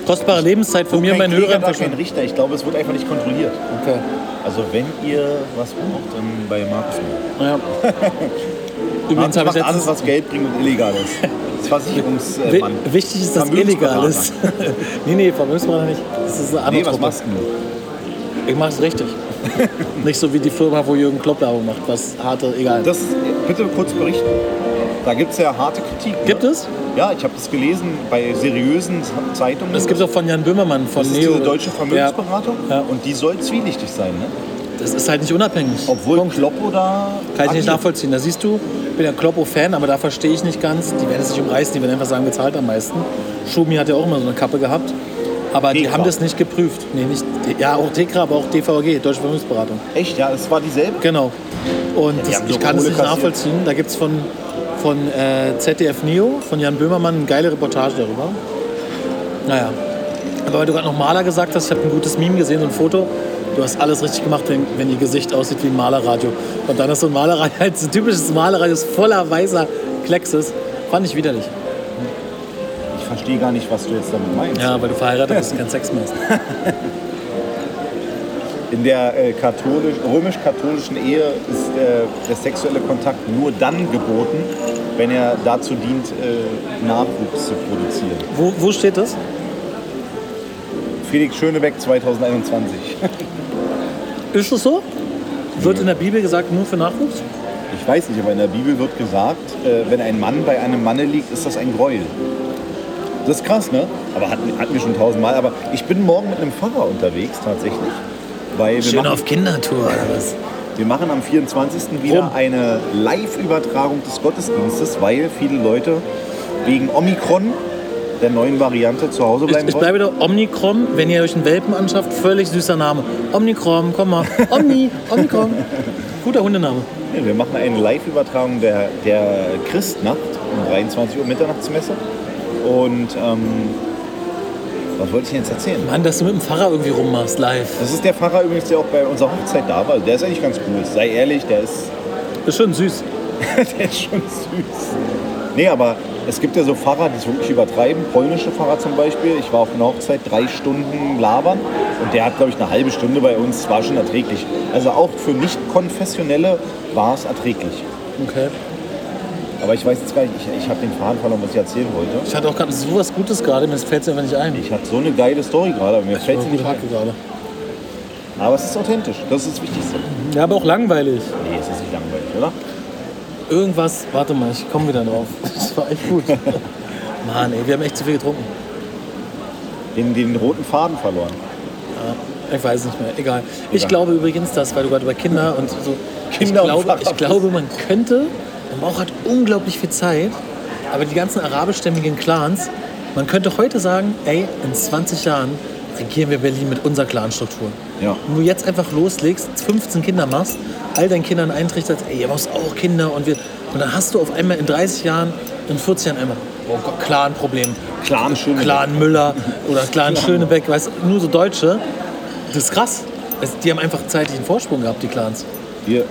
Speaker 1: Kostbare Lebenszeit von mir und meinen
Speaker 2: Kein Kläger,
Speaker 1: Hörern
Speaker 2: da kein
Speaker 1: verschwunden.
Speaker 2: Richter. Ich glaube, es wird einfach nicht kontrolliert.
Speaker 1: Okay.
Speaker 2: Also wenn ihr was braucht, dann bei Markus.
Speaker 1: Naja. Übrigens
Speaker 2: Markus
Speaker 1: habe ich
Speaker 2: macht alles,
Speaker 1: letztens...
Speaker 2: was Geld bringt und illegal ist. Das
Speaker 1: Wi-
Speaker 2: Versicherungsmann.
Speaker 1: Wichtig ist, dass illegal
Speaker 2: Vermögensberater.
Speaker 1: ist. nee, nee, Vermögensberater nicht. Das ist eine andere
Speaker 2: Nee, was
Speaker 1: Truppe.
Speaker 2: machst du?
Speaker 1: Ich mache es richtig. nicht so wie die Firma, wo Jürgen Klopp Werbung macht. Was harte, egal.
Speaker 2: Das bitte kurz berichten. Da gibt es ja harte Kritik. ne?
Speaker 1: Gibt es?
Speaker 2: Ja, ich habe das gelesen bei seriösen Zeitungen.
Speaker 1: Das gibt es auch von Jan Böhmermann, von
Speaker 2: das ist
Speaker 1: Neo.
Speaker 2: diese deutsche Vermögensberatung
Speaker 1: Ja. Ja.
Speaker 2: und die soll zwielichtig sein, ne?
Speaker 1: Ja, das ist halt nicht unabhängig.
Speaker 2: Obwohl Kloppo
Speaker 1: Kann
Speaker 2: da.
Speaker 1: ich nicht
Speaker 2: agiert.
Speaker 1: nachvollziehen. Da siehst du, ich bin ja Kloppo-Fan, aber da verstehe ich nicht ganz. Die werden es nicht umreißen, die werden einfach sagen, bezahlt am meisten. Schumi hat ja auch immer so eine Kappe gehabt. Aber die
Speaker 2: Dekra.
Speaker 1: haben das nicht geprüft. Nee, nicht, ja, auch DEKRA, aber auch DVG, Deutsche Vermögensberatung.
Speaker 2: Echt, ja, es war dieselbe.
Speaker 1: Genau. Und
Speaker 2: die
Speaker 1: das,
Speaker 2: haben
Speaker 1: ich
Speaker 2: doch
Speaker 1: kann es
Speaker 2: Kohle
Speaker 1: nicht
Speaker 2: kassiert.
Speaker 1: nachvollziehen. Da gibt es von, von äh, ZDF Neo, von Jan Böhmermann, eine geile Reportage darüber. Naja. Aber weil du gerade noch Maler gesagt hast, ich habe ein gutes Meme gesehen, so ein Foto. Du hast alles richtig gemacht, wenn, wenn ihr Gesicht aussieht wie ein Malerradio. Und dann ist so ein Malerradio, halt so ein typisches Malerradio ist voller weißer Kleckses. Fand ich widerlich.
Speaker 2: Ich verstehe gar nicht, was du jetzt damit meinst.
Speaker 1: Ja, weil du verheiratet bist und keinen Sex mehr hast.
Speaker 2: In der äh, katholisch, römisch-katholischen Ehe ist äh, der sexuelle Kontakt nur dann geboten, wenn er dazu dient, äh, Nachwuchs zu produzieren.
Speaker 1: Wo, wo steht das?
Speaker 2: Felix Schönebeck 2021.
Speaker 1: Ist das so? Wird in der Bibel gesagt, nur für Nachwuchs?
Speaker 2: Ich weiß nicht, aber in der Bibel wird gesagt, äh, wenn ein Mann bei einem Manne liegt, ist das ein Gräuel. Das ist krass, ne? Aber hatten hatten wir schon tausendmal. Aber ich bin morgen mit einem Pfarrer unterwegs tatsächlich. Weil wir
Speaker 1: Schön
Speaker 2: machen,
Speaker 1: auf Kindertour oder was?
Speaker 2: Wir machen am 24. wieder
Speaker 1: Rum.
Speaker 2: eine Live-Übertragung des Gottesdienstes, weil viele Leute wegen Omikron, der neuen Variante, zu Hause
Speaker 1: Ich,
Speaker 2: bleiben
Speaker 1: ich bleibe doch Omnicrom, wenn ihr euch einen Welpen anschafft, völlig süßer Name. Omnicrom, komm mal. Omni, Omnicrom. Guter Hundename.
Speaker 2: wollen. Wir machen eine Live-Übertragung der, der Christnacht um 23 Uhr Mitternachtsmesse. Und ähm, was wollte ich denn jetzt erzählen?
Speaker 1: Mann, dass du mit dem Pfarrer irgendwie rummachst, live.
Speaker 2: Das ist der Pfarrer übrigens, der auch bei unserer Hochzeit da war. Also Der ist eigentlich ganz cool. Sei ehrlich, der ist
Speaker 1: Ist schon süß.
Speaker 2: Der ist schon süß. Nee, aber es gibt ja so Fahrer, die es wirklich übertreiben. Polnische Fahrer zum Beispiel. Ich war auf einer Hochzeit drei Stunden labern und der hat, glaube ich, eine halbe Stunde bei uns. Es war schon erträglich. Also auch für Nicht-Konfessionelle war es erträglich.
Speaker 1: Okay.
Speaker 2: Aber ich weiß jetzt gar nicht, ich, ich habe den Faden verloren, was ich erzählen wollte.
Speaker 1: Ich hatte auch gerade so was Gutes gerade, mir fällt es einfach nicht ein.
Speaker 2: Ich hatte so eine geile Story gerade, aber mir
Speaker 1: Ich
Speaker 2: fällt
Speaker 1: war
Speaker 2: sie
Speaker 1: gut
Speaker 2: nicht
Speaker 1: Hacke
Speaker 2: ein.
Speaker 1: gerade.
Speaker 2: Aber es ist authentisch, das ist das Wichtigste.
Speaker 1: Ja, aber auch langweilig.
Speaker 2: Nee, es ist nicht langweilig, oder?
Speaker 1: Irgendwas, warte mal, ich komme wieder drauf. Das war echt gut. Mann, ey, wir haben echt zu viel getrunken.
Speaker 2: Den, den roten Faden verloren.
Speaker 1: Ich weiß nicht mehr, egal. Ich
Speaker 2: Egal.
Speaker 1: glaube übrigens, dass, weil du gerade über Kinder und so.
Speaker 2: Kinder und
Speaker 1: ich, glaube,
Speaker 2: Fahrrad.
Speaker 1: ich glaube, man könnte, man braucht halt unglaublich viel Zeit, aber die ganzen arabischstämmigen Clans, man könnte heute sagen, ey, in 20 Jahren regieren wir Berlin mit unserer Clanstruktur.
Speaker 2: Ja.
Speaker 1: Wenn du jetzt einfach loslegst, 15 Kinder machst, all deinen Kindern eintrichterst, ey, ihr braucht auch Kinder und wir. Und dann hast du auf einmal in 30 Jahren, in 40 Jahren einmal, oh Gott, Clan-Problem.
Speaker 2: Clan Schönebeck.
Speaker 1: Clan Müller oder Clan Schönebeck, weißt du, nur so Deutsche. Das ist krass. Es- Die haben einfach zeitlichen Vorsprung gehabt, die Clans.
Speaker 2: Wir,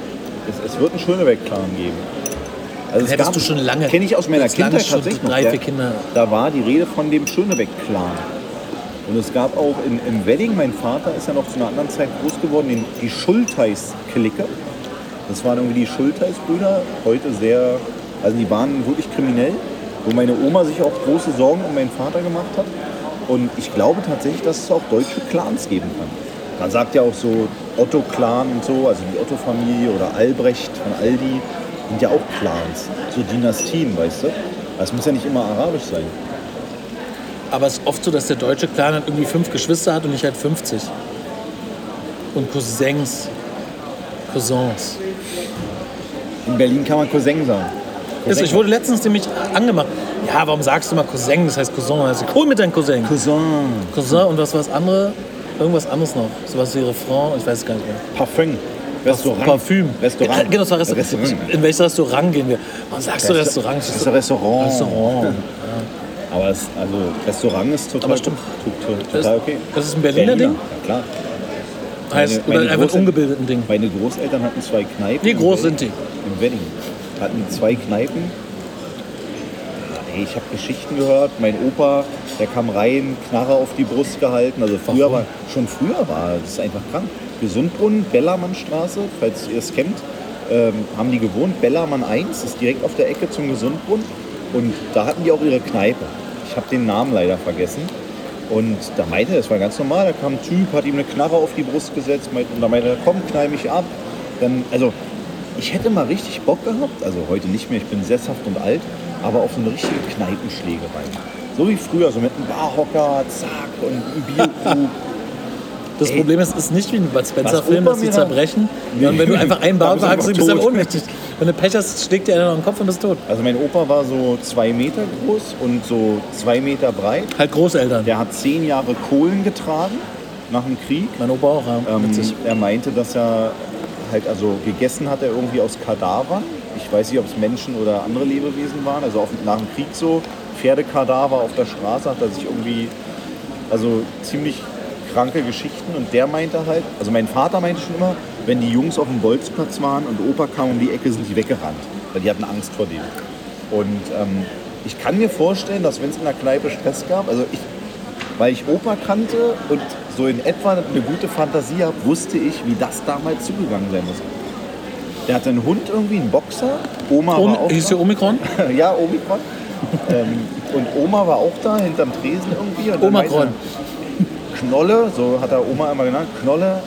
Speaker 2: es, es wird einen Schönebeck-Clan geben. Also es
Speaker 1: Hättest
Speaker 2: gab-
Speaker 1: du schon lange-
Speaker 2: Kenne ich aus meiner
Speaker 1: jetzt lange
Speaker 2: Kindheit
Speaker 1: schon
Speaker 2: tatsächlich
Speaker 1: drei,
Speaker 2: noch.
Speaker 1: vier Kinder.
Speaker 2: Da war die Rede von dem Schönebeck-Clan. Und es gab auch in, im Wedding, mein Vater ist ja noch zu einer anderen Zeit groß geworden, den, die Schulteis-Clique. Das waren irgendwie die Schulteis-Brüder, heute sehr, also die waren wirklich kriminell, wo meine Oma sich auch große Sorgen um meinen Vater gemacht hat. Und ich glaube tatsächlich, dass es auch deutsche Clans geben kann. Man sagt ja auch so Otto-Clan und so, also die Otto-Familie oder Albrecht von Aldi sind ja auch Clans, so Dynastien, weißt du. Das muss ja nicht immer arabisch sein.
Speaker 1: Aber es ist oft so, dass der deutsche Clan halt irgendwie fünf Geschwister hat und ich halt 50. Und Cousins. Cousins.
Speaker 2: In Berlin kann man Cousin sagen.
Speaker 1: Ist, ich wurde letztens nämlich angemacht. Ja, warum sagst du mal Cousin? Das heißt Cousin. Also cool mit deinem Cousin.
Speaker 2: Cousin.
Speaker 1: Cousin und was war das andere? Irgendwas anderes noch. Sowas wie Refrain, ich weiß es gar nicht mehr.
Speaker 2: Parfüm. Restaurant.
Speaker 1: Parfüm.
Speaker 2: Restaurant.
Speaker 1: Ja, genau, es war Restaurant.
Speaker 2: Restaurant.
Speaker 1: In welches Restaurant gehen wir? Warum sagst du Restaurant?
Speaker 2: Das ist ein Restaurant.
Speaker 1: Restaurant.
Speaker 2: Aber es, also Restaurant ist total,
Speaker 1: Aber stimmt.
Speaker 2: to- to- total okay.
Speaker 1: Das ist ein Berliner Ding?
Speaker 2: Ja, klar.
Speaker 1: Heißt,
Speaker 2: Meine-
Speaker 1: oder
Speaker 2: meine
Speaker 1: einfach ein
Speaker 2: Großeltern-
Speaker 1: ungebildeten Ding.
Speaker 2: Meine Großeltern hatten zwei Kneipen.
Speaker 1: Wie
Speaker 2: im
Speaker 1: groß
Speaker 2: Wedding-
Speaker 1: sind die?
Speaker 2: Im Wedding. Hatten zwei Kneipen. Ey, ich habe Geschichten gehört. Mein Opa, der kam rein, Knarre auf die Brust gehalten. Also früher
Speaker 1: Warum?
Speaker 2: war, schon früher war, das ist einfach krank. Gesundbrunnen, Bellermannstraße, falls ihr es kennt, ähm, haben die gewohnt. Bellermann 1 ist direkt auf der Ecke zum Gesundbrunnen. Und da hatten die auch ihre Kneipe. Ich habe den Namen leider vergessen. Und da meinte er, das war ganz normal, da kam ein Typ, hat ihm eine Knarre auf die Brust gesetzt meinte- und da meinte er, komm, knall mich ab. Dann, also ich hätte mal richtig Bock gehabt, also heute nicht mehr, ich bin sesshaft und alt, aber auf so eine richtige Kneipenschlägerei. So wie früher, so mit einem Barhocker, zack und einem Bierkrug.
Speaker 1: Das
Speaker 2: Ey.
Speaker 1: Problem ist, es ist nicht wie ein Bud
Speaker 2: Was
Speaker 1: Spencer-Film,
Speaker 2: Opa
Speaker 1: dass die
Speaker 2: mir
Speaker 1: zerbrechen.
Speaker 2: Nee.
Speaker 1: Und wenn du einfach einen
Speaker 2: Da
Speaker 1: Bauch
Speaker 2: bist du
Speaker 1: hast,
Speaker 2: einfach
Speaker 1: bist du einfach
Speaker 2: tot.
Speaker 1: ohnmächtig. Wenn du Pech hast, schlägt dir einer noch den Kopf und bist tot.
Speaker 2: Also mein Opa war so zwei Meter groß und so zwei Meter breit.
Speaker 1: Halt Großeltern.
Speaker 2: Der hat zehn Jahre Kohlen getragen nach dem Krieg.
Speaker 1: Mein Opa auch, ja.
Speaker 2: Ähm,
Speaker 1: Witzig.
Speaker 2: er meinte, dass er halt, also gegessen hat er irgendwie aus Kadavern. Ich weiß nicht, ob es Menschen oder andere Lebewesen waren. Also auf, nach dem Krieg so, Pferdekadaver auf der Straße hat er sich irgendwie, also ziemlich kranke Geschichten. Und der meinte halt, also mein Vater meinte schon immer, wenn die Jungs auf dem Bolzplatz waren und Opa kam um die Ecke, sind die weggerannt. Weil die hatten Angst vor dem. Und ähm, ich kann mir vorstellen, dass wenn es in der Kneipe Stress gab, also ich, weil ich Opa kannte und so in etwa eine gute Fantasie habe, wusste ich, wie das damals zugegangen sein muss. Der hatte einen Hund irgendwie, einen Boxer. Oma
Speaker 1: Um,
Speaker 2: war auch
Speaker 1: hieß
Speaker 2: da.
Speaker 1: hier Omikron?
Speaker 2: ja, Omikron. ähm, und Oma war auch da, hinterm Tresen irgendwie. Und dann
Speaker 1: Omikron.
Speaker 2: meinte er, Knolle, so hat er Oma immer genannt, Knolle,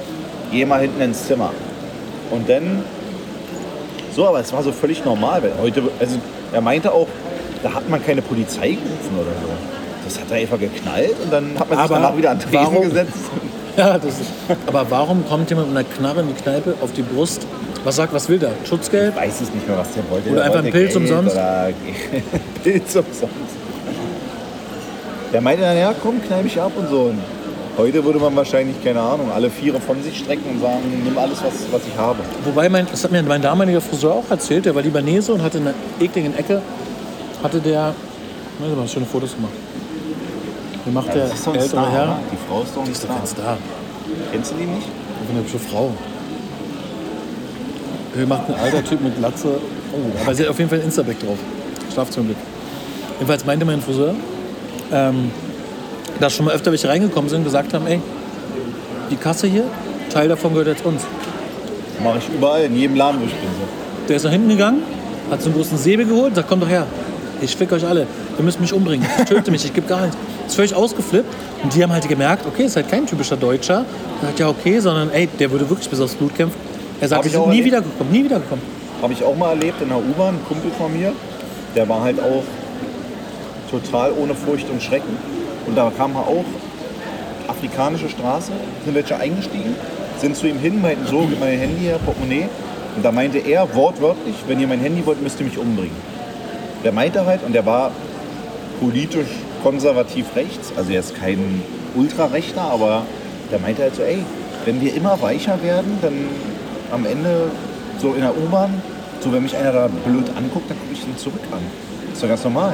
Speaker 2: geh mal hinten ins Zimmer. Und dann, so, aber es war so völlig normal, weil heute, also er meinte auch, da hat man keine Polizei gerufen oder so. Das hat er einfach geknallt und dann hat man sich
Speaker 1: Aber
Speaker 2: danach wieder an den Tresen
Speaker 1: warum-
Speaker 2: gesetzt.
Speaker 1: Ja, das ist. Aber warum kommt jemand mit einer Knarre in die Kneipe auf die Brust? Was sagt, was will der? Schutzgeld?
Speaker 2: Ich weiß es nicht mehr, was der wollte.
Speaker 1: Oder
Speaker 2: der
Speaker 1: einfach
Speaker 2: wollte
Speaker 1: einen Pilz
Speaker 2: Geld
Speaker 1: umsonst?
Speaker 2: Oder Pilz umsonst. Der meinte dann, ja komm, knall mich ab und so. Und heute würde man wahrscheinlich, keine Ahnung, alle Viere von sich strecken und sagen, nimm alles, was, was ich habe.
Speaker 1: Wobei, mein, das hat mir mein damaliger Friseur auch erzählt, der war Libanese und hatte in einer ekligen Ecke, hatte der, ne, der hat schöne Fotos gemacht. Die macht der ältere Herr.
Speaker 2: Die Frau ist doch ein
Speaker 1: Die ist doch
Speaker 2: Star.
Speaker 1: jetzt da.
Speaker 2: Kennst du die nicht?
Speaker 1: Ich bin eine hübsche Frau. Hier macht ein alter Typ mit Glatze. Oh, aber sie hat auf jeden Fall einen Instaback drauf. Schlafzimmerblick. Jedenfalls meinte mein Friseur, ähm, dass schon mal öfter welche reingekommen sind und gesagt haben, ey, die Kasse hier, Teil davon gehört jetzt uns.
Speaker 2: Mache ich überall, in jedem Laden, wo ich bin. So.
Speaker 1: Der ist nach hinten gegangen, hat so einen großen Säbel geholt, sagt, komm doch her. Ich fick euch alle. Ihr müsst mich umbringen. Töte mich, ich gebe gar nichts. Ist völlig ausgeflippt. Und die haben halt gemerkt, okay, ist halt kein typischer Deutscher. Der sagt, ja, okay, sondern ey, der würde wirklich bis aufs Blut kämpfen. Er
Speaker 2: Hab
Speaker 1: sagt,
Speaker 2: ich
Speaker 1: die sind
Speaker 2: auch
Speaker 1: nie
Speaker 2: erlebt.
Speaker 1: wiedergekommen, nie wiedergekommen.
Speaker 2: Habe ich auch mal erlebt in der U-Bahn, ein Kumpel von mir, der war halt auch total ohne Furcht und Schrecken. Und da kam er auch afrikanische Straße, sind welche eingestiegen, sind zu ihm hin, meinten so, gib mein Handy her, Portemonnaie. Und da meinte er wortwörtlich, wenn ihr mein Handy wollt, müsst ihr mich umbringen. Der meinte halt, und der war politisch konservativ rechts, also er ist kein Ultrarechter, aber der meinte halt so, ey, wenn wir immer weicher werden, dann am Ende so in der U-Bahn, so wenn mich einer da blöd anguckt, dann gucke ich ihn zurück an. Ist doch ganz normal.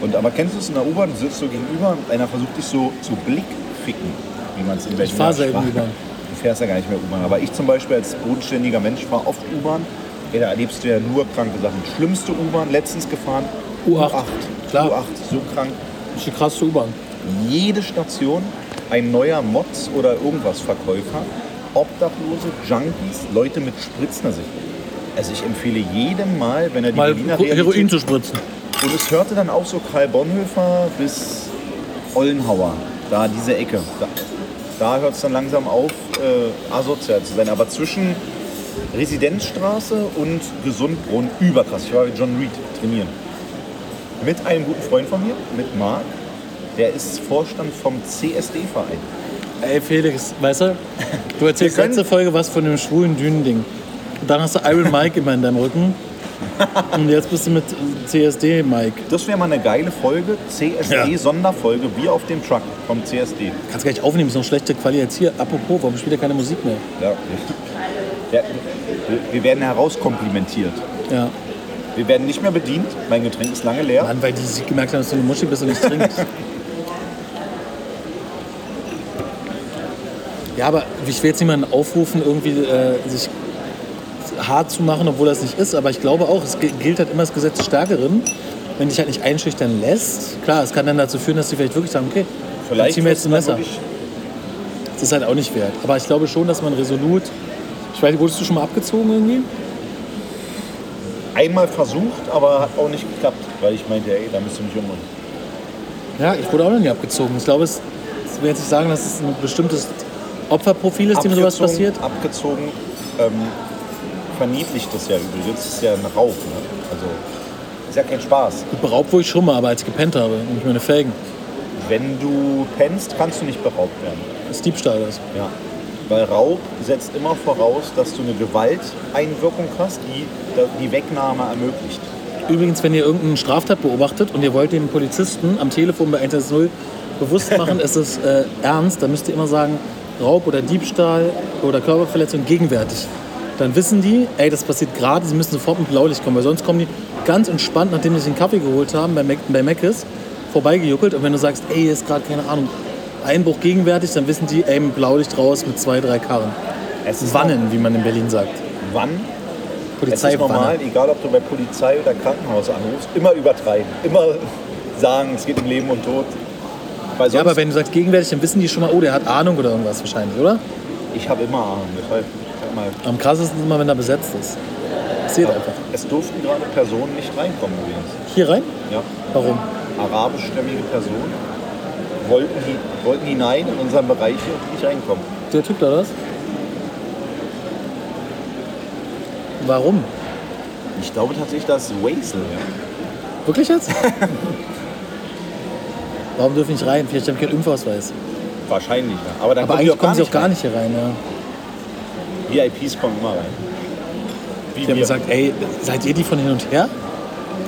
Speaker 2: Und aber kennst du es in der U-Bahn, du sitzt so gegenüber und einer versucht dich so zu blickficken, wie man es in Berlin
Speaker 1: fahr selten
Speaker 2: Sprache-
Speaker 1: U-Bahn.
Speaker 2: Du fährst ja gar nicht mehr U-Bahn. Aber ich zum Beispiel als bodenständiger Mensch fahre oft U-Bahn. Ey, Da erlebst du ja nur kranke Sachen. Schlimmste U-Bahn, letztens gefahren,
Speaker 1: U8. Klar.
Speaker 2: U8, so krank.
Speaker 1: Das ist eine krasse U-Bahn.
Speaker 2: Jede Station ein neuer Mods oder irgendwas Verkäufer, Obdachlose, Junkies, Leute mit Spritzen. Also ich, also ich empfehle jedem Mal, wenn er die
Speaker 1: Mal
Speaker 2: Berliner
Speaker 1: Heroin
Speaker 2: Realität-
Speaker 1: zu spritzen.
Speaker 2: Und es hörte dann auch so Karl Bonhoeffer bis Ollenhauer, da diese Ecke. Da, da hört es dann langsam auf, äh, asozial zu sein. Aber zwischen Residenzstraße und Gesundbrunnen überkrass. Ich war mit John Reed trainieren. Mit einem guten Freund von mir, mit Marc. Der ist Vorstand vom CSD-Verein.
Speaker 1: Ey Felix, weißt du, du erzählst
Speaker 2: Wir können-
Speaker 1: letzte Folge was von dem schwulen Dünending. Und dann hast du Iron Mike immer in deinem Rücken. Und jetzt bist du mit CSD Mike.
Speaker 2: Das wäre mal eine geile Folge. CSD-Sonderfolge, wir auf dem Truck vom CSD.
Speaker 1: Kannst gar nicht aufnehmen, ist noch schlechte Qualität als hier. Apropos, warum spielt er keine Musik mehr?
Speaker 2: Ja. Ja, wir- wir werden herauskomplimentiert.
Speaker 1: Ja.
Speaker 2: Wir werden nicht mehr bedient. Mein Getränk ist lange leer.
Speaker 1: Mann, weil die sich gemerkt haben, dass du eine Muschi bist und nichts trinkst. ja, aber ich will jetzt niemanden aufrufen, irgendwie äh, sich hart zu machen, obwohl das nicht ist. Aber ich glaube auch, es gi- gilt halt immer das Gesetz des Stärkeren. Wenn dich halt nicht einschüchtern lässt, klar, es kann dann dazu führen, dass die vielleicht wirklich sagen, okay, dann
Speaker 2: Vielleicht
Speaker 1: ziehen wir jetzt ein
Speaker 2: wird's
Speaker 1: Messer.
Speaker 2: dann wirklich-
Speaker 1: Das ist halt auch nicht wert. Aber ich glaube schon, dass man resolut. Ich weiß, nicht, wurdest du schon mal abgezogen irgendwie?
Speaker 2: Einmal versucht, aber hat auch nicht geklappt, weil ich meinte, ey, da müsst ihr mich umbringen.
Speaker 1: Ja, ich wurde auch noch nie abgezogen. Ich glaube, es, ich will jetzt nicht sagen, dass es ein bestimmtes Opferprofil ist, dem sowas
Speaker 2: Abgezogen-
Speaker 1: passiert.
Speaker 2: Abgezogen ähm, verniedlicht das ja übrigens. Das ist ja ein Raub. Ne? Also ist ja kein Spaß.
Speaker 1: Beraubt wurde ich schon mal, aber als ich gepennt habe, nämlich meine Felgen.
Speaker 2: Wenn du pennst, kannst du nicht beraubt werden.
Speaker 1: Das ist Diebstahl das.
Speaker 2: Ja. Weil Raub setzt immer voraus, dass du eine Gewalteinwirkung hast, die die Wegnahme ermöglicht.
Speaker 1: Übrigens, wenn ihr irgendeinen Straftat beobachtet und ihr wollt dem Polizisten am Telefon bei 110 bewusst machen, es ist äh, ernst, dann müsst ihr immer sagen, Raub oder Diebstahl oder Körperverletzung gegenwärtig. Dann wissen die, ey, das passiert gerade, sie müssen sofort mit Blaulicht kommen, weil sonst kommen die ganz entspannt, nachdem sie sich einen Kaffee geholt haben bei, Mac bei Mc's, vorbeigejuckelt und wenn du sagst, ey, hier ist gerade, keine Ahnung, Einbruch gegenwärtig, dann wissen die, ey, mit Blaulicht raus mit zwei, drei Karren.
Speaker 2: Es ist
Speaker 1: Wannen, wie man in Berlin sagt.
Speaker 2: Wann Es ist
Speaker 1: Polizeiwanne.
Speaker 2: normal, egal ob du bei Polizei oder Krankenhaus anrufst, immer übertreiben. Immer sagen, es geht um Leben und Tod. Weil sonst,
Speaker 1: Ja, aber wenn du sagst gegenwärtig, dann wissen die schon mal, oh, der hat Ahnung oder irgendwas wahrscheinlich, oder?
Speaker 2: ich habe immer Ahnung. Deshalb, ich sag mal,
Speaker 1: Am krassesten ist immer, wenn er besetzt ist. Passiert einfach.
Speaker 2: es durften gerade Personen nicht reinkommen übrigens.
Speaker 1: Hier rein?
Speaker 2: Ja.
Speaker 1: Warum?
Speaker 2: Arabischstämmige Personen wollten, hi- wollten hinein in unseren Bereich und nicht reinkommen.
Speaker 1: Der Typ da das? Warum?
Speaker 2: Ich glaube tatsächlich, dass Wazel. Ja.
Speaker 1: Wirklich jetzt? Warum dürfen ich rein? Vielleicht haben die keinen Impfausweis.
Speaker 2: Wahrscheinlich. Ja. Aber dann
Speaker 1: Aber
Speaker 2: kommen die
Speaker 1: eigentlich kommen sie auch gar
Speaker 2: rein.
Speaker 1: nicht hier rein. Ja.
Speaker 2: VIPs kommen immer rein. Wie
Speaker 1: Die haben
Speaker 2: wir.
Speaker 1: gesagt, ey, seid ihr die von hin und her?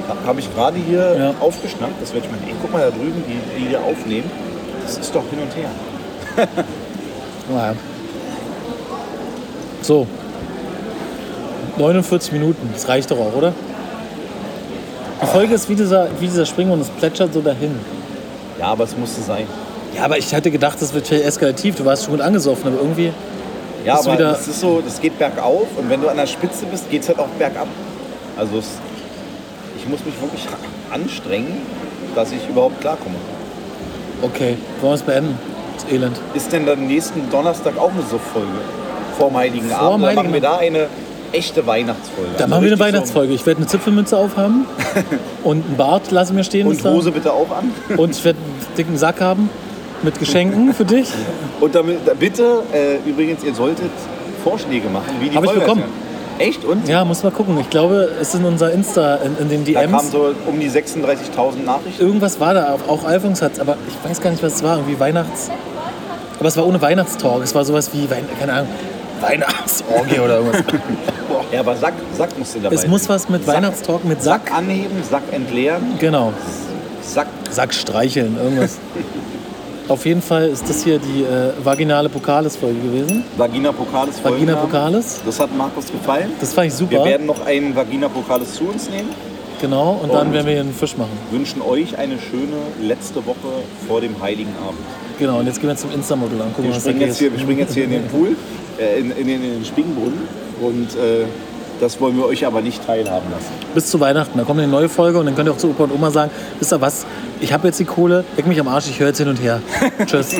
Speaker 2: Ha- Habe ich gerade hier
Speaker 1: Ja.
Speaker 2: aufgeschnappt. Das werde ich meinen. Ey, guck mal da drüben, die, die hier aufnehmen. Das ist doch hin und her.
Speaker 1: Naja. So. 49 Minuten, das reicht doch auch, oder? Die Folge ist wie dieser, wie dieser Spring und es plätschert so dahin.
Speaker 2: Ja, aber es musste sein.
Speaker 1: Ja, aber ich hatte gedacht, das wird vielleicht eskalativ. Du warst schon gut angesoffen, aber irgendwie.
Speaker 2: Ja,
Speaker 1: Ist
Speaker 2: aber
Speaker 1: wieder-
Speaker 2: es ist so, das geht bergauf und wenn du an der Spitze bist, geht es halt auch bergab. Also es, ich muss mich wirklich anstrengen, dass ich überhaupt klarkomme.
Speaker 1: Okay, wollen wir es beenden? Das Elend.
Speaker 2: Ist denn dann nächsten Donnerstag auch eine Suff-Folge? Vor dem Heiligen
Speaker 1: Vor
Speaker 2: Abend? Dann
Speaker 1: Heiligen
Speaker 2: machen wir da eine echte Weihnachtsfolge.
Speaker 1: Dann
Speaker 2: Also
Speaker 1: machen wir eine
Speaker 2: richtig
Speaker 1: Weihnachtsfolge. Ich werde eine Zipfelmütze aufhaben und einen Bart lassen wir stehen.
Speaker 2: So.
Speaker 1: bis
Speaker 2: Und
Speaker 1: dann.
Speaker 2: Hose bitte auch an.
Speaker 1: Und ich werde einen dicken Sack haben mit Geschenken für dich.
Speaker 2: Und damit, bitte, äh, übrigens, ihr solltet Vorschläge machen, wie die
Speaker 1: Habe ich
Speaker 2: Folge
Speaker 1: bekommen.
Speaker 2: heißt. Echt? Und?
Speaker 1: Ja, muss mal gucken. Ich glaube, es ist in unser Insta, in, in den
Speaker 2: Da kamen
Speaker 1: DMs.
Speaker 2: so um die 36.000 Nachrichten.
Speaker 1: Irgendwas war da, auch- auch Alfungsatz, aber ich weiß gar nicht, was es war. Irgendwie Weihnachts. Aber es war ohne Weihnachtstalk. Es war sowas wie, Wein- keine Ahnung, Weihnachtsorgie oder irgendwas.
Speaker 2: Ja, aber Sack, Sack musste dabei
Speaker 1: es muss was mit
Speaker 2: Sack-
Speaker 1: Weihnachtstalk, mit Sack.
Speaker 2: Sack anheben, Sack entleeren,
Speaker 1: Genau.
Speaker 2: Sack.
Speaker 1: Sack streicheln, irgendwas. Auf jeden Fall ist das hier die äh, vaginale Pokalis-Folge gewesen.
Speaker 2: Vagina Pokalis
Speaker 1: Vagina
Speaker 2: Folgennamen.
Speaker 1: Pokalis.
Speaker 2: Das hat Markus gefallen.
Speaker 1: Das fand ich
Speaker 2: Wir
Speaker 1: super.
Speaker 2: werden noch einen Vagina Pokalis zu uns nehmen.
Speaker 1: Genau, und dann
Speaker 2: Und-
Speaker 1: werden wir hier einen Fisch machen.
Speaker 2: Wünschen euch eine schöne letzte Woche vor dem Heiligen Abend.
Speaker 1: Genau, und jetzt gehen wir zum Insta-Modul angucken,
Speaker 2: Wir
Speaker 1: was da
Speaker 2: springen,
Speaker 1: geht.
Speaker 2: jetzt hier, wir springen jetzt hier in den Pool, äh, in, in, den, in den Springbrunnen. Und äh, das wollen wir euch aber nicht teilhaben lassen.
Speaker 1: Bis zu Weihnachten, da kommt eine neue Folge und dann könnt ihr auch zu Opa und Oma sagen, wisst ihr was, ich habe jetzt die Kohle, leck mich am Arsch, ich höre jetzt hin und her. Tschüss.